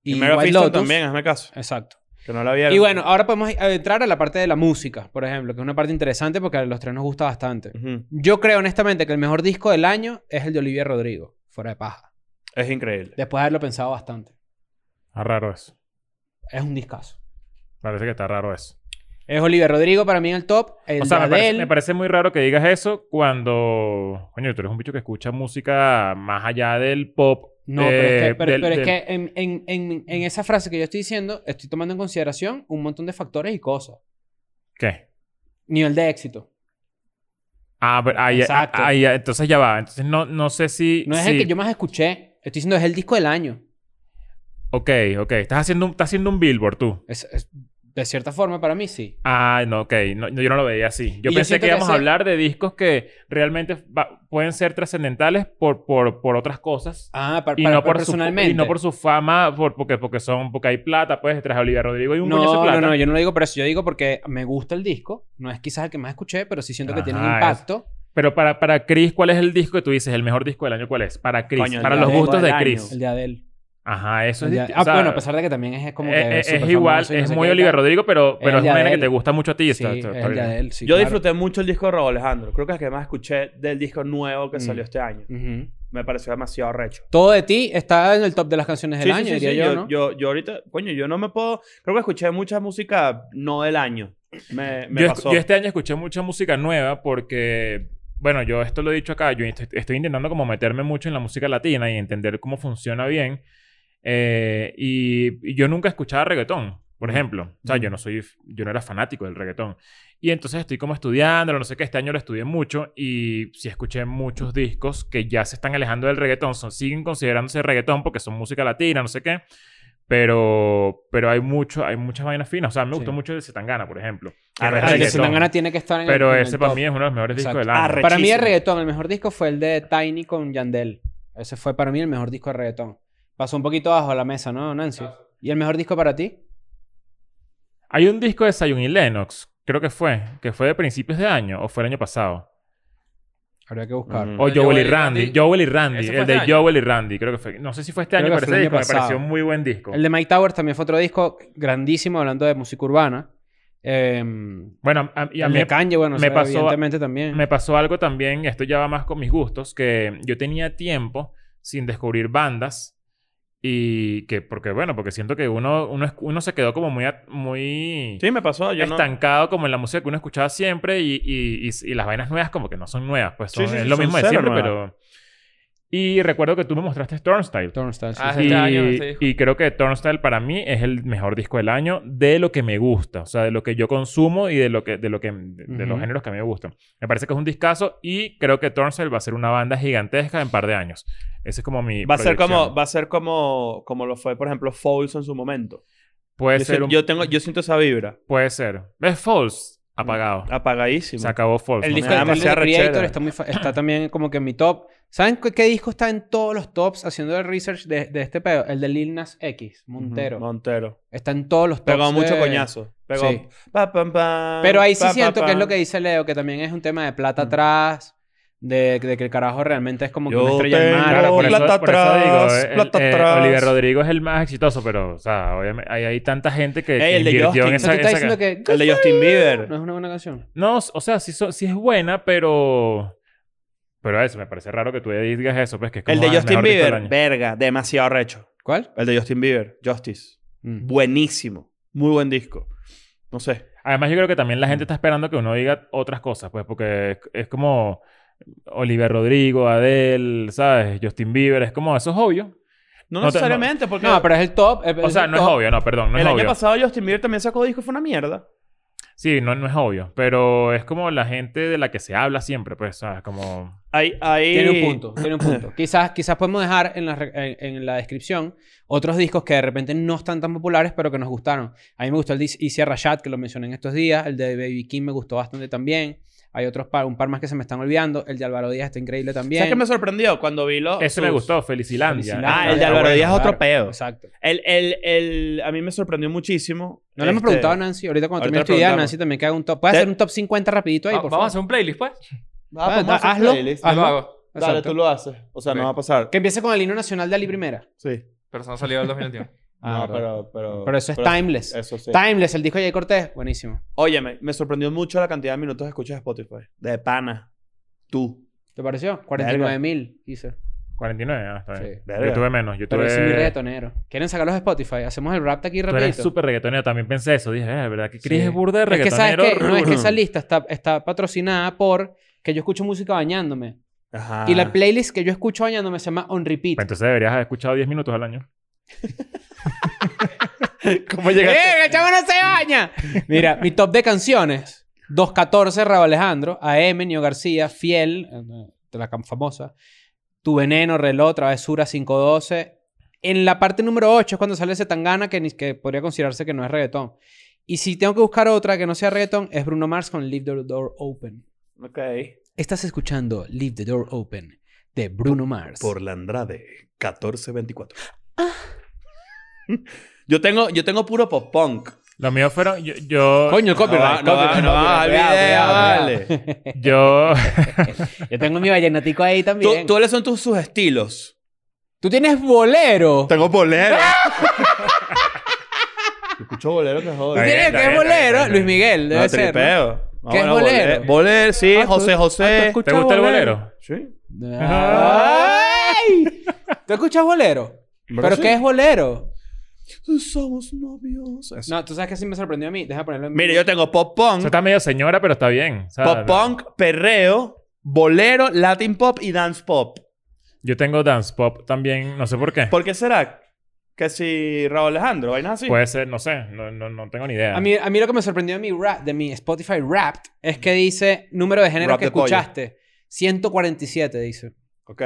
Y, Mero White Fisto Lotus. también, hazme caso. Exacto. Que no la vieron. Y bueno, ahora podemos entrar a la parte de la música, por ejemplo, que es una parte interesante porque a los tres nos gusta bastante. Ujú. Yo creo honestamente que el mejor disco del año es el de Olivia Rodrigo, fuera de paja. Es increíble. Después de haberlo pensado bastante. Está raro eso. Es un discazo. Parece que está raro eso. Es Olivia Rodrigo para mí en el top. El o sea, de me parece, Adele. me parece muy raro que digas eso cuando... Coño, tú eres un bicho que escucha música más allá del pop. eh, No, pero es que, pero- pero es que en, en- en- en esa frase que yo estoy diciendo, estoy tomando en consideración un montón de factores y cosas. ¿Qué? Nivel de éxito. Ah, pero ahí, Exacto. ahí- entonces ya va. Entonces no, no sé si... No es si- el que yo más escuché. Estoy diciendo es el disco del año. Ok, ok. Estás haciendo, un- estás haciendo un billboard tú. Es- es- de cierta forma, para mí sí. Ah, no, ok. No, yo no lo veía así. Yo Y yo pensé siento que que íbamos a ese- hablar de discos que realmente va- pueden ser trascendentales por, por, por otras cosas. Ah, para, y, para- no por su, personalmente. y no por su fama, por- porque, porque, son, porque hay plata, pues, detrás de Olivia Rodrigo hay un coñazo de no, plata. no, no, yo no lo digo por eso. Yo digo porque me gusta el disco. No es quizás el que más escuché, pero sí siento que tiene un Ajá, impacto. Pero para, para Chris, ¿cuál es el disco que tú dices? ¿El mejor disco del año cuál es? Para Chris, Coño, el para de- los el gustos de del Chris. El de Adele. Ajá, eso El es... de- disti- ah, o sea, bueno, a pesar de que también es como que. eh, eh, es superfamoso igual, y no es sé muy qué y Olivia tal. Rodrigo, pero, pero el es de una vaina que Adele. te gusta mucho a ti. Sí, está- es está- el está de bien. Adele, sí, yo claro. disfruté mucho el disco de Robo Alejandro. Creo que es el que más escuché del disco nuevo que Mm. salió este año. Ujú. Me pareció demasiado recho. Todo de ti está en el top de las canciones del Sí, sí, año, sí, diría sí. yo, yo, ¿no? yo, yo ahorita, coño, yo no me puedo. Creo que escuché mucha música no del año. Me, me yo, escu- pasó. yo este año escuché mucha música nueva porque, bueno, yo esto lo he dicho acá, yo est- estoy intentando como meterme mucho en la música latina y entender cómo funciona bien. Eh, y, y yo nunca escuchaba reggaetón, Mm. por ejemplo. O sea, yo no soy, yo no era fanático del reggaetón. Y entonces estoy como estudiándolo, no sé qué, este año lo estudié mucho y sí escuché muchos discos que ya se están alejando del reggaetón, son, siguen considerándose reggaetón porque son música latina, no sé qué. Pero, pero hay mucho, hay muchas vainas finas. O sea, me gustó Sí. mucho el Setangana, por ejemplo. Ah, Que no es pero el de reggaetón. Setangana tiene que estar en el- Pero en el ese para top. mí es uno de los mejores discos del Exacto. año. Arre. Para mí el Rechísimo. reggaetón, el mejor disco fue el de Tiny con Yandel. Ese fue para mí el mejor disco de reggaetón. Pasó un poquito bajo la mesa, ¿no, Nancy? ¿Y el mejor disco para ti? Hay un disco de Sayun y Lennox, creo que fue, que fue de principios de año o fue el año pasado. Habría que buscar. Ujú. O El de Mm, Joel y Randy. Joel y Randy. Ese fue El de este año. Joel y Randy. Creo que fue. No sé si fue este Creo año, que pero fue ese el disco año me pareció pasado. un muy buen disco. El de Mike Towers también fue otro disco grandísimo hablando de música urbana. Eh, Bueno, a- y a el mí de Kanye, bueno, me o sea, pasó- evidentemente también. me pasó algo también, y esto ya va más con mis gustos, que yo tenía tiempo sin descubrir bandas. Y que, porque bueno, porque siento que uno, uno, es- uno se quedó como muy, at- muy Sí, me pasó. Yo no- estancado como en la música que uno escuchaba siempre y, y- y- y las vainas nuevas como que no son nuevas, pues Sí, son- sí, es sí, lo son mismo de cero siempre, nuevas. pero... Y recuerdo que tú me mostraste Turnstile. Turnstile, sí, Ah, sí. Hace Y, este año, ese disco. y creo que Turnstile para mí es el mejor disco del año de lo que me gusta, o sea, de lo que yo consumo y de lo que de lo que de, de los Ujú. géneros que a mí me gustan. Me parece que es un discazo y creo que Turnstile va a ser una banda gigantesca en un par de años. Ese es como mi Va a ser proyección. como, va a ser como, como lo fue, por ejemplo, Fouls en su momento. puede Yo, ser si- un- yo tengo, yo siento esa vibra. puede ser. Es False apagado. Ah, Apagadísimo. Se acabó False. El ¿no? disco me de da Tyler, demasiada The Creator rechera. está, muy fa- está también como que en mi top. ¿Saben qué, qué disco está en todos los tops haciendo el research de, de este pedo? El de Lil Nas X, Ujú, Montero. Montero. Está en todos los tops. Pegó mucho de- coñazo. Pegó. Sí. pa, pam, pam, Pero ahí sí pa, pa, siento que es pam. lo que dice Leo, que también es un tema de plata Mm. atrás, de, de que el carajo realmente es como que Yo una estrella del tengo mar. Claro, por eso, Plata por eso atrás, digo, el- plata eh, atrás. Oliver Rodrigo es el más exitoso, pero, o sea, obviamente hay, hay tanta gente que, Ey, que el de invirtió en Justin. O sea, esa... tú estás esa- diciendo que El de Justin Bieber. no es una buena canción. No, o sea, sí, so- sí es buena, pero Pero eso, me parece raro que tú digas eso, pues que es como El de ah, el Justin mejor disco del Bieber, año. verga, demasiado recho. ¿Cuál? El de Justin Bieber, Justice. Mm. Buenísimo. Muy buen disco. No sé. Además, yo creo que también la gente está esperando que uno diga otras cosas, pues, porque es, es como Oliver Rodrigo, Adele, ¿sabes? Justin Bieber, es como, eso es obvio. No No, te- necesariamente, porque No, pero es el top. es- O sea, el no es top. obvio, no, perdón, no el es año obvio. pasado Justin Bieber también sacó disco y fue una mierda. Sí, no, no es obvio, pero es como la gente de la que se habla siempre, pues, ¿sabes? Como... Ahí, ahí... Tiene un punto, tiene un punto. quizás, quizás podemos dejar en la, re- en, en la descripción otros discos que de repente no están tan populares, pero que nos gustaron. A mí me gustó el de Easy Rashad, que lo mencioné en estos días. El de Baby King me gustó bastante también. Hay otros par, un par más que se me están olvidando. El de Álvaro Díaz está increíble también. ¿Sabes qué me sorprendió? Cuando vi los... Ese me sus- gustó, Felicilandia. Felicilandia. Ah, el de Álvaro bueno. Díaz es otro peo. Exacto. El, el, el... A mí me sorprendió muchísimo. No le hemos este, preguntado a Nancy. Ahorita cuando ahorita termine tu idea, preguntamos. Nancy también que haga un top. ¿Puedes Te- hacer un top 50 rapidito ahí, Va- por vamos a favor? hacer un playlist, pues. Ah, pues Ah, vamos a hacer hazlo. playlist. Yo Hazlo. lo hago. Dale, Exacto. tú lo haces. O sea, Ok. no va a pasar. Que empiece con el himno nacional de Ali Primera. Sí. Pero eso no salió el 2021. Ah, verdad. no, pero, pero... Pero este. eso es timeless. Eso sí. Timeless, el disco de Jay Cortés. Buenísimo. Óyeme, me sorprendió mucho la cantidad de minutos que escuchas de Spotify. De pana. Tú. ¿Te pareció? 49.000, dice. 49, ah, está bien. Sí. Yo tuve menos, yo Pero tuve... ese es mi reggaetonero. ¿Quieren sacar los Spotify? Hacemos el rap de aquí Pues Tú eres rapidito. súper reggaetonero. También pensé eso. Dije, eh, ¿verdad? Que Chris Sí. es burda de Es que sabes reggaetonero. que no es que esa lista está, está patrocinada por que yo escucho música bañándome Ajá. y Ah. la playlist que yo escucho bañándome se llama On Repeat. Pues Entonces deberías haber escuchado 10 minutos al año. ¿Cómo ¡Eh, el chavo no se baña! Mira, mi top de canciones: 214 Rabo Alejandro, AM, Nio García, Fiel, eh, de la cam- famosa, Tu Veneno, Reloj, Travesura 512. En la parte número 8 es cuando sale ese tangana que, ni- que podría considerarse que no es reggaetón. Y si tengo que buscar otra que no sea reggaetón, es Bruno Mars con Leave the Door Open. Ok. Estás escuchando Leave the Door Open de Bruno Mars. Por la Andrade, 1424. yo, tengo, yo tengo puro pop-punk. Lo mío fueron... Yo... yo Coño, copyright. No va- no va- copyright, Ah, no va copyright, al video, cuidado, cuidado, cuidado. yo- Yo tengo mi vallenatico ahí ¿Tú, también. tú- ¿Cuáles son tus, sus estilos? Tú tienes bolero. Tengo bolero. escucho bolero que Tú Está bien, tienes está que es bien, está bien, bolero. está bien. Luis Miguel, debe No, ser. ¿no? tripeo. No, ¿Qué es bueno, bolero? bole- Bolero, sí. Ah, tú- José ah, tú José. escuchas ¿Te gusta el bolero? Sí. ¡Ay! ¿Tú escuchas bolero? ¿Verdad ¿Pero que qué sí? es bolero? Somos novios. Eso. No, tú sabes que sí me sorprendió a mí. Deja ponerlo en... Mire, yo tengo Eso pop-punk, está medio señora, pero está bien. o sea, pop-punk, perreo, bolero, latin pop y dance pop. Yo tengo dance pop también. No sé por qué. ¿Por qué será? Que si Raúl Alejandro, vainas así. Puede ser... No sé. No, no, no tengo ni idea. A mí, a mí lo que me sorprendió de mi, rap, de mi Spotify Wrapped es que dice número de género Rap que de pollo. escuchaste. 147 dice. ok.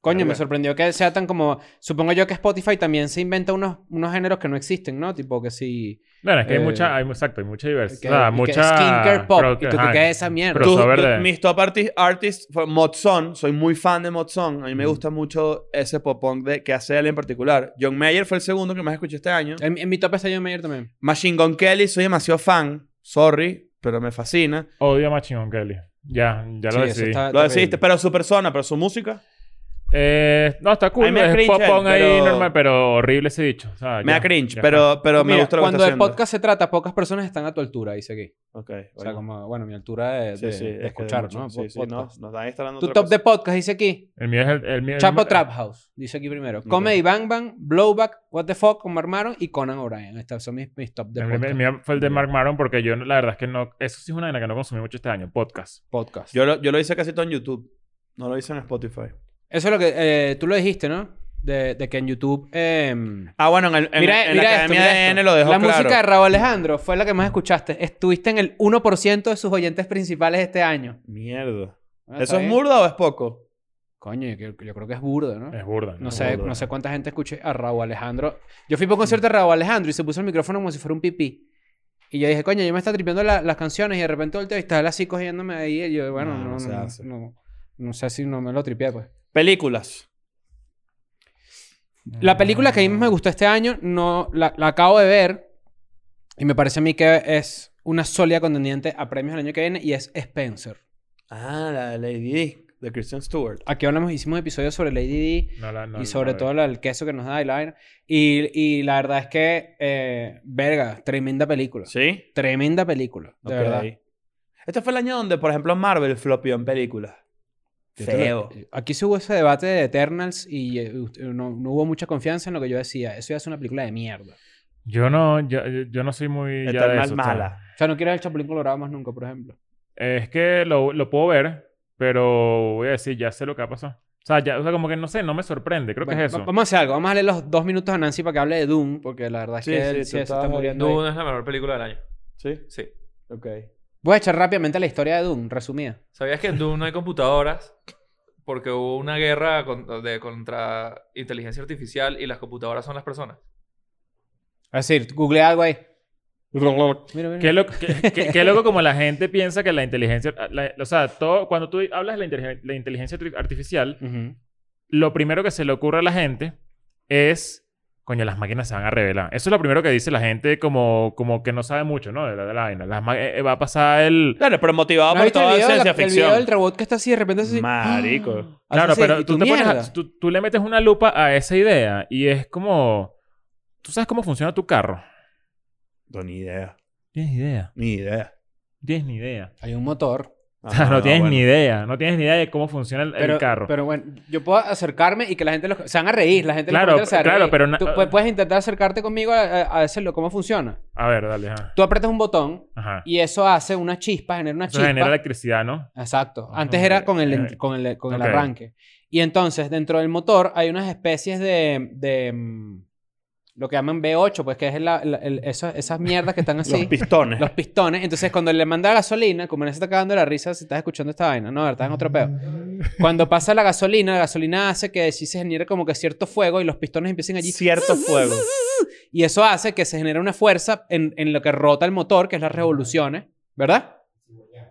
Coño, me Verga. sorprendió que sea tan como... Supongo yo que Spotify también se inventa unos, unos géneros que no existen, ¿no? Tipo que si... Bueno, es que eh, hay mucha... Hay, exacto. Hay mucha que- diversidad. o sea, y que Pues, ah, mucha... Skincare pop. creo y que- tú, ajá. ¿qué es esa mierda? Pero- Tus- crossover tu- de- mis top arti- artists fue Modson. Soy muy fan de Modson. A mí Mm. me gusta mucho ese pop-punk de- que hace él en particular. John Mayer fue el segundo que más escuché este año. Eh. En, en mi top está John Mayer también. Machine Gun Kelly, soy demasiado fan. Sorry, pero me fascina. Odio a Machine Gun Kelly. Ya, ya Sí, lo eso decidí. está Lo terrible. decidiste, pero su persona, pero su música. Eh, no, está A cool. mí me da Es cringe pop él, punk ahí pero- normal, pero horrible ese dicho. O sea, Me Ah, ya, da cringe, ya pero, pero me Mira, gusta lo que cuando está de haciendo. podcast se trata, pocas personas están a tu altura, dice aquí. Ok, O sea, bueno. como, bueno, mi altura de, Sí, de- sí, de es que escuchar, mucho. ¿no? Sí, Po- sí, no, podcast. nos están instalando Tu otra top cosa. de podcast dice aquí. El mío es el... el mío- el Chapo mío- Trap House, dice aquí primero. Come y Bang Bang, Blowback, What the Fuck con Marmaron y Conan O'Brien. Estos son mis, mis top de El, podcast. el mío fue el de Mark Maron porque yo la verdad es que no... Eso sí es una de las que no consumí mucho este año. Podcast. podcast. Yo lo, yo lo hice casi todo en YouTube. No lo hice en Spotify. Eso es lo que eh, tú lo dijiste, ¿no? De, de que en YouTube... em, Ah, bueno, en, el, en, mira, en mira la esto, Academia mira de esto. N lo dejó La claro. música de Raúl Alejandro fue la que más escuchaste. Estuviste en el 1% de sus oyentes principales este año. Mierda. Bueno, ¿Eso está es bien. murda o es poco? Coño, yo, creo- yo creo que es burdo, ¿no? Es burda. No ¿no? sé, burdo. eh. no sé cuánta gente escuche a Raúl Alejandro. Yo fui por un concierto de Raúl Alejandro y se puso el micrófono como si fuera un pipí. Y yo dije, coño, yo me está tripeando la- las canciones y de repente volteo y está él así cogiéndome ahí. Y yo, bueno, No, no, no no, se hace. Ah. no- no sé si no me lo tripeé, pues. Películas. La película que a mí más me gustó este año, no, la, la acabo de ver y me parece a mí que es una sólida contendiente a premios el año que viene y es Spencer. Ah, la de Lady Di, de Christian Stewart. Aquí hablamos, hicimos episodios sobre Lady Di. No la- no y la- sobre no la- todo la- el queso que nos da y la vaina. Y, y la verdad es que, eh, verga, tremenda película. ¿Sí? Tremenda película, de Ok. verdad. Este fue el año donde, por ejemplo, Marvel flopió en películas. Yo te Feo. lo- Aquí se hubo ese debate de Eternals y eh, ust- no, no hubo mucha confianza en lo que yo decía. Eso ya es una película de mierda. Yo no, yo, yo no soy muy. ya de Eternal eso, o sea, mala. O sea, no quiero el Chapulín Colorado más nunca, por ejemplo. Es que lo, lo puedo ver, pero voy a decir, ya sé lo que ha pasado. O sea, ya, o sea, como que no sé, no me sorprende. Creo Bueno, que es va- eso. Vamos a hacer algo. Vamos a darle los dos minutos a Nancy para que hable de Doom, porque la verdad es Sí, que sí, él tú sí, se está estabas ahí. muriendo. ahí. Dune es la mejor película del año. Sí, Sí. ok. Voy a echar rápidamente la historia de Doom, resumida. ¿Sabías que en Doom no hay computadoras? Porque hubo una guerra con- de, contra inteligencia artificial y las computadoras son las personas. Es decir, google algo ahí. Mira, mira. Qué, lo- qué- qué- qué loco como la gente piensa que la inteligencia... ah, la- o sea, todo, cuando tú hablas de la, inteligen- la inteligencia arti- artificial, Ujú. lo primero que se le ocurre a la gente es... Coño, las máquinas se van a revelar. Eso es lo primero que dice la gente como, como que no sabe mucho, ¿no? De la, de la vaina. Las ma- eh, va a pasar el... Ah, Claro, pero motivado Ah, ¿No por viste el toda video de la- ciencia El video del ficción. robot que está así de repente así. Marico. Hace Claro, así, pero y tú, te pones a- mierda. tú- tú le metes una lupa a esa idea y es como... ¿Tú sabes cómo funciona tu carro? No, ni idea. Tienes idea. Ni idea. Tienes ni idea. Hay un motor. O sea, no Ajá, tienes bueno. ni idea. No tienes ni idea de cómo funciona el, el Ah, Pero, carro. pero bueno, yo puedo acercarme y que la gente lo- se van a reír. La gente en los Claro, comentarios se va a claro, reír. pero na- Tú pu- puedes intentar acercarte conmigo a, a- a decirlo cómo funciona. A ver, dale. Ajá. Tú aprietas un botón Ajá. y eso hace una chispa, genera una Eso chispa. genera electricidad, ¿no? Exacto. Ah, Antes era ok. con el, Eh, con el, con el ok. arranque. Y entonces, dentro del motor hay unas especies de, de, mm, lo que llaman B8, pues que es la- la- el- esas, esas mierdas que están Los así. pistones. Los pistones. Entonces, cuando le manda gasolina, como no se está cagando la risa si estás escuchando esta vaina, ¿no? Estás en otro peo. Cuando pasa la gasolina, la gasolina hace que sí se genere como que cierto fuego y los pistones empiecen allí. Cierto fuego. Y eso hace que se genere una fuerza en, en lo que rota el motor, que es las revoluciones, ¿verdad?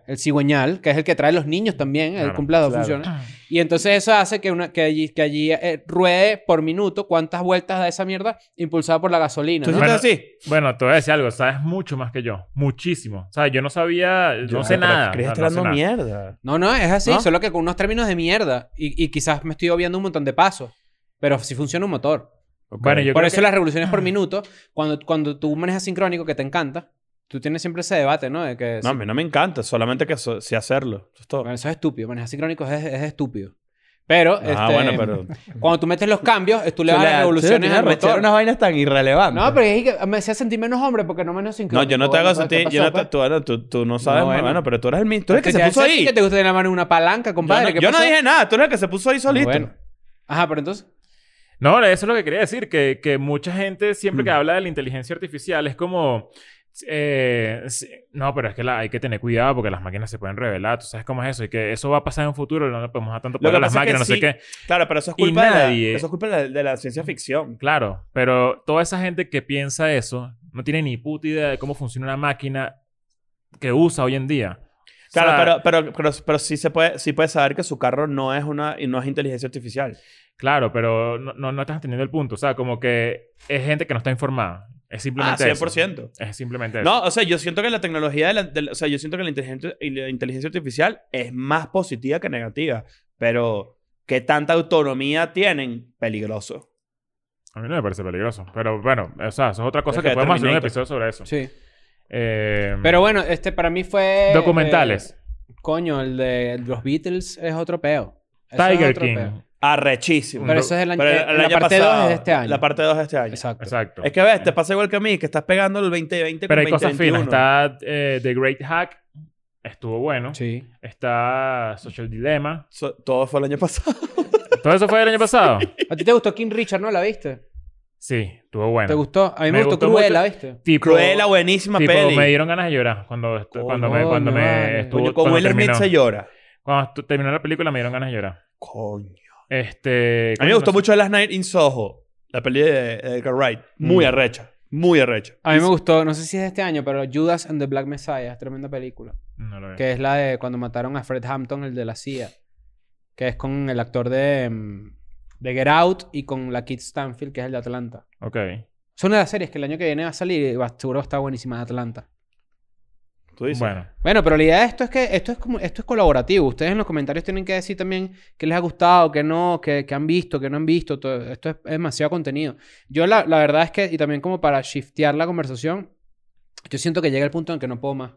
El cigüeñal, que es el que trae los niños también, el Claro, cumple las dos claro. funciones. Y entonces eso hace que, una, que allí, que allí eh, ruede por minuto cuántas vueltas da esa mierda impulsada por la gasolina. ¿Tú ¿no? sientes Bueno, así? Bueno, te voy a decir algo. Sabes mucho más que yo. Muchísimo. O sea, yo no sabía... Yo, no sé Ah, pero nada. Chris no- está no sé hablando nada. mierda. No, no, es así, ¿No? solo que con unos términos de mierda. Y, y quizás me estoy obviando un montón de pasos. Pero sí funciona un motor. Bueno, yo por creo eso las revoluciones por minuto, cuando, cuando tú manejas sincrónico, que te encanta, tú tienes siempre ese debate, ¿no? De que No, a si- mí no me encanta. Solamente que so- sé hacerlo. Eso es todo. bueno, eso es estúpido, manejar sincrónico es, es estúpido. Pero, Ah, este, bueno, pero... cuando tú metes los cambios, eh, tú le das las revoluciones al motor. unas vainas tan irrelevantes. No, pero es que me hacía sentir menos hombre porque no menos No, sincrónico. yo no te hago Bueno, ¿qué sentir. pasó, Yo no te, pues? tú, bueno, tú, tú no sabes, No, bueno. bueno. pero tú eres el mismo. Tú eres el que Te se puso hace ahí. que te gusta tener la mano en una palanca, Yo no- compadre. ¿qué yo no pasó? dije nada. Tú eres el que se puso ahí solito. Bueno. Ajá, pero entonces... No, eso es lo que quería decir, que, que mucha gente siempre que Mm. habla de la inteligencia artificial es como... eh, sí, no, pero es que la- hay que tener cuidado porque las máquinas se pueden revelar. ¿Tú sabes cómo es eso? Y que eso va a pasar en un futuro. No le podemos dar tanto Lo poder que a las pasa es que máquinas, no sé sí- qué. Claro, pero eso es Y culpa, de la- nadie- eso es culpa de, la, de la ciencia ficción. Claro, pero toda esa gente que piensa eso no tiene ni puta idea de cómo funciona una máquina que usa hoy en día. O Claro, sea, pero, pero, pero, pero sí se puede, sí puedes saber que su carro no es una y no es inteligencia artificial. Claro, pero no, no, no estás entendiendo el punto. O sea, como que es gente que no está informada. Es Ah, simplemente eso. 100%. Es simplemente eso. No, o sea, yo siento que la tecnología de la, de la- o sea, yo siento que la inteligencia, y la inteligencia artificial es más positiva que negativa, pero ¿qué tanta autonomía tienen? Peligroso. A mí no me parece peligroso. Pero bueno, o sea, eso es otra cosa Es que que podemos hacer un Terminator. episodio sobre eso. Sí. Eh, Pero bueno, este para mí fue... documentales. eh, coño, el de los Beatles es otro peo. Eso es Tiger otro King. peo. Arrechísimo. Pero eso es el año... Pero eh, la parte 2 es de este año. La parte 2 es de este año. Exacto. Exacto. Es que ves, te pasa igual que a mí, que estás pegando el 2020 pero hay con cosas finas. 2021. Está eh, The Great Hack. Estuvo bueno. Sí. Está Social Dilemma. So- todo fue el año pasado. ¿Todo eso fue el año pasado? A ti te gustó King Richard, ¿no? ¿La viste? Sí, estuvo bueno. ¿Te gustó? A mí me, Me gustó, gustó mucho. Cruella, ¿viste? Tipo, Cruella, buenísima tipo, peli. me dieron ganas de llorar cuando, est- Coño, cuando me, cuando me vale. estuvo- Coño, con cuando Will Smith terminó. se llora. Cuando estu- terminó la película me dieron ganas de llorar. Coño. Este, A mí me coño, gustó no sé. mucho Last Night in Soho, la peli de de Edgar Wright. Muy Mm. arrecha. Muy arrecha. A mí me gustó, no sé si es de este año, pero Judas and the Black Messiah, tremenda película. No lo vi. Que es la de cuando mataron a Fred Hampton, el de la CIA. Que es con el actor de, mm, de Get Out y con la Kid Stanfield, que es el de Atlanta. Ok. Es una de las series que el año que viene va a salir y va, seguro está buenísima de Atlanta. ¿Tú dices? Bueno. Bueno, pero la idea de esto es que esto es como esto es colaborativo. Ustedes en los comentarios tienen que decir también qué les ha gustado, qué no, qué, qué han visto, qué no han visto. Todo- esto es, es demasiado contenido. Yo la, la verdad es que, y también como para shiftear la conversación, yo siento que llega el punto en que no puedo más.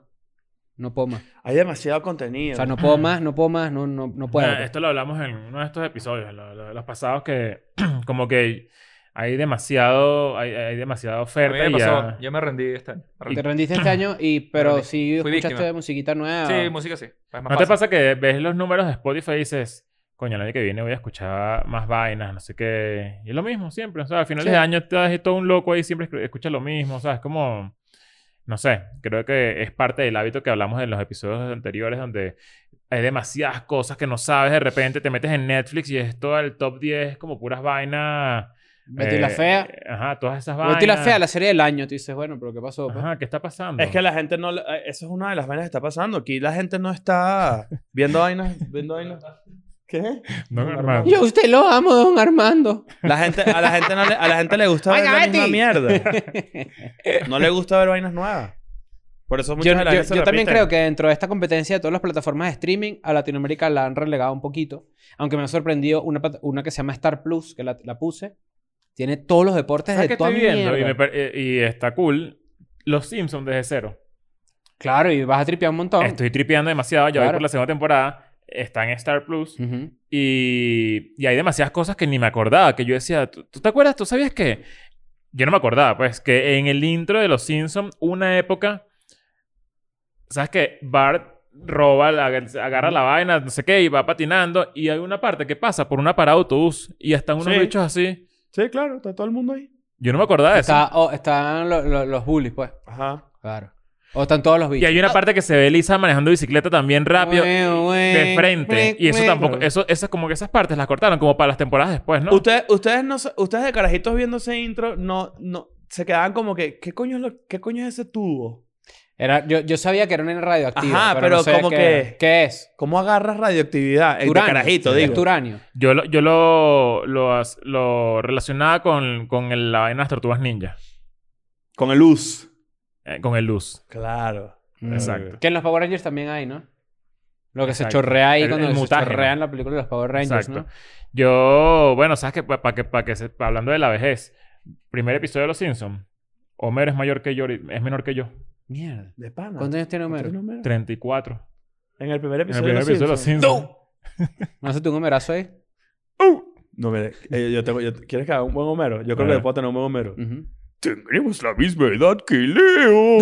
No puedo más. Hay demasiado contenido. O sea, no puedo más, no puedo más, no, no, no puedo. Eh, esto lo hablamos en uno de estos episodios, lo- lo- los pasados que como que hay demasiado, hay, hay demasiada A mí oferta me y pasó. ya. Yo me rendí este año. Me rendí. Te rendiste este año, y, pero Perdí. si Fui escuchaste víctima. musiquita nueva. Sí, música sí. Es más ¿No te fácil. pasa que ves los números de Spotify y dices, coño, el año que viene voy a escuchar más vainas, no sé qué? Y es lo mismo siempre, o sea, a finales Sí. de año estás todo un loco ahí, siempre escu- escuchas lo mismo, o sea, es como... No sé, creo que es parte del hábito que hablamos en los episodios anteriores donde hay demasiadas cosas que no sabes, de repente te metes en Netflix y es todo el top 10 como puras vainas Betty Eh, la Fea. Ajá, todas esas vainas. Betty la Fea, la serie del año. Tú dices, bueno, pero ¿qué pasó? pues? Ajá, ¿qué está pasando? Es que la gente no... eh, Eso es una de las vainas que está pasando. Aquí la gente no está viendo vainas... Viendo vainas... ¿Qué? No, hermano. Yo a usted lo amo, don Armando. La gente, a, la gente no le, a la gente le gusta ver Oiga, la misma Betty. mierda. No le gusta ver vainas nuevas. Por eso Yo, muchas de las yo- veces se yo también repiten. creo que dentro de esta competencia de todas las plataformas de streaming, a Latinoamérica la han relegado un poquito. Aunque me ha sorprendido una, plata- una que se llama Star Plus, que la, la puse. Tiene todos los deportes ¿Sabes de qué toda estoy viendo? Y, mierda. me par- eh, y está cool. Los Simpsons desde cero. Claro, y vas a tripear un montón. Estoy tripeando demasiado. Ya voy Claro. por la segunda temporada. Está en Star Plus. Ujú. Y, y hay demasiadas cosas que ni me acordaba. Que yo decía, ¿tú, tú te acuerdas? ¿Tú sabías que? Yo no me acordaba, pues, que en el intro de Los Simpsons, una época. ¿Sabes qué? Bart roba, la- agarra la vaina, no sé qué, y va patinando. Y hay una parte que pasa por una parada de autobús. Y están unos Sí. bichos así. Sí, claro. Está todo el mundo ahí. Yo no me acordaba de Ah, eso. Está- oh, están lo- lo- los bullies, pues. Ajá. Claro. O están todos los Y bichos. hay una parte que se ve Lisa manejando bicicleta también rápido. De de frente. Y eso tampoco... Eso, esas, como que esas partes las cortaron como para las temporadas después, ¿no? Ustedes, ustedes, no, sa- ustedes de carajitos viendo ese intro no, no, se quedaban como que, ¿qué coño es, lo, qué coño es ese tubo? Era, yo, yo sabía que era una radioactiva. Ajá, pero, pero no sé como qué, que- ¿Qué es? ¿Cómo agarras radioactividad? El de Uranio. carajito, Es digo. uranio. Yo lo, yo lo, lo, as- lo relacionaba con, con el- la vaina de las tortugas ninja. Con el luz. Eh, con el luz. Claro. Mm. Exacto. Que en los Power Rangers también hay, ¿no? Lo que Exacto. se chorrea ahí El- cuando el se mutágeno. chorrea en la película de los Power Rangers, Exacto. Yo... Bueno, ¿sabes que Para que, pa' que se- pa' hablando de la vejez. Primer episodio de Los Simpsons. Homer es mayor que yo. ahorita- Es menor que yo. ¿no? Mierda. De pana. ¿Cuántos años tiene ¿Cuántos Homero? números? 34. En el En primer el episodio. primer episodio de Los Simpsons. Simpsons. ¿No hace tú un homerazo ahí? No, mire, eh, yo tengo, yo- ¿quieres que haga un buen Homero? Yo creo A ver. que puedo tener un buen Homero. Ujú. Tendremos la misma edad que Leo.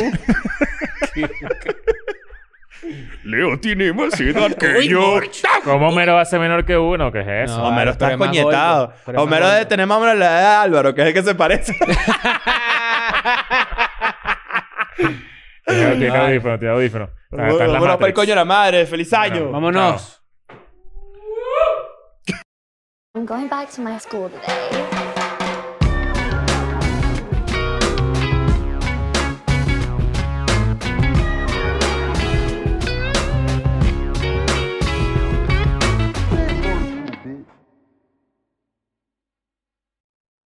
Leo tiene más edad que yo. ¿Cómo Homero va a ser menor que uno? ¿Qué es eso? No, Homero vale, pero está es más coñetado. gordo, pero es más Homero debe gordo. tener más o menos la edad de Álvaro, que es el que se parece. Tiene, tiene audífono, tiene audífono. Está, está en la Vámonos para el Matrix. coño de la madre. ¡Feliz año! Vámonos. I'm going back to my school today.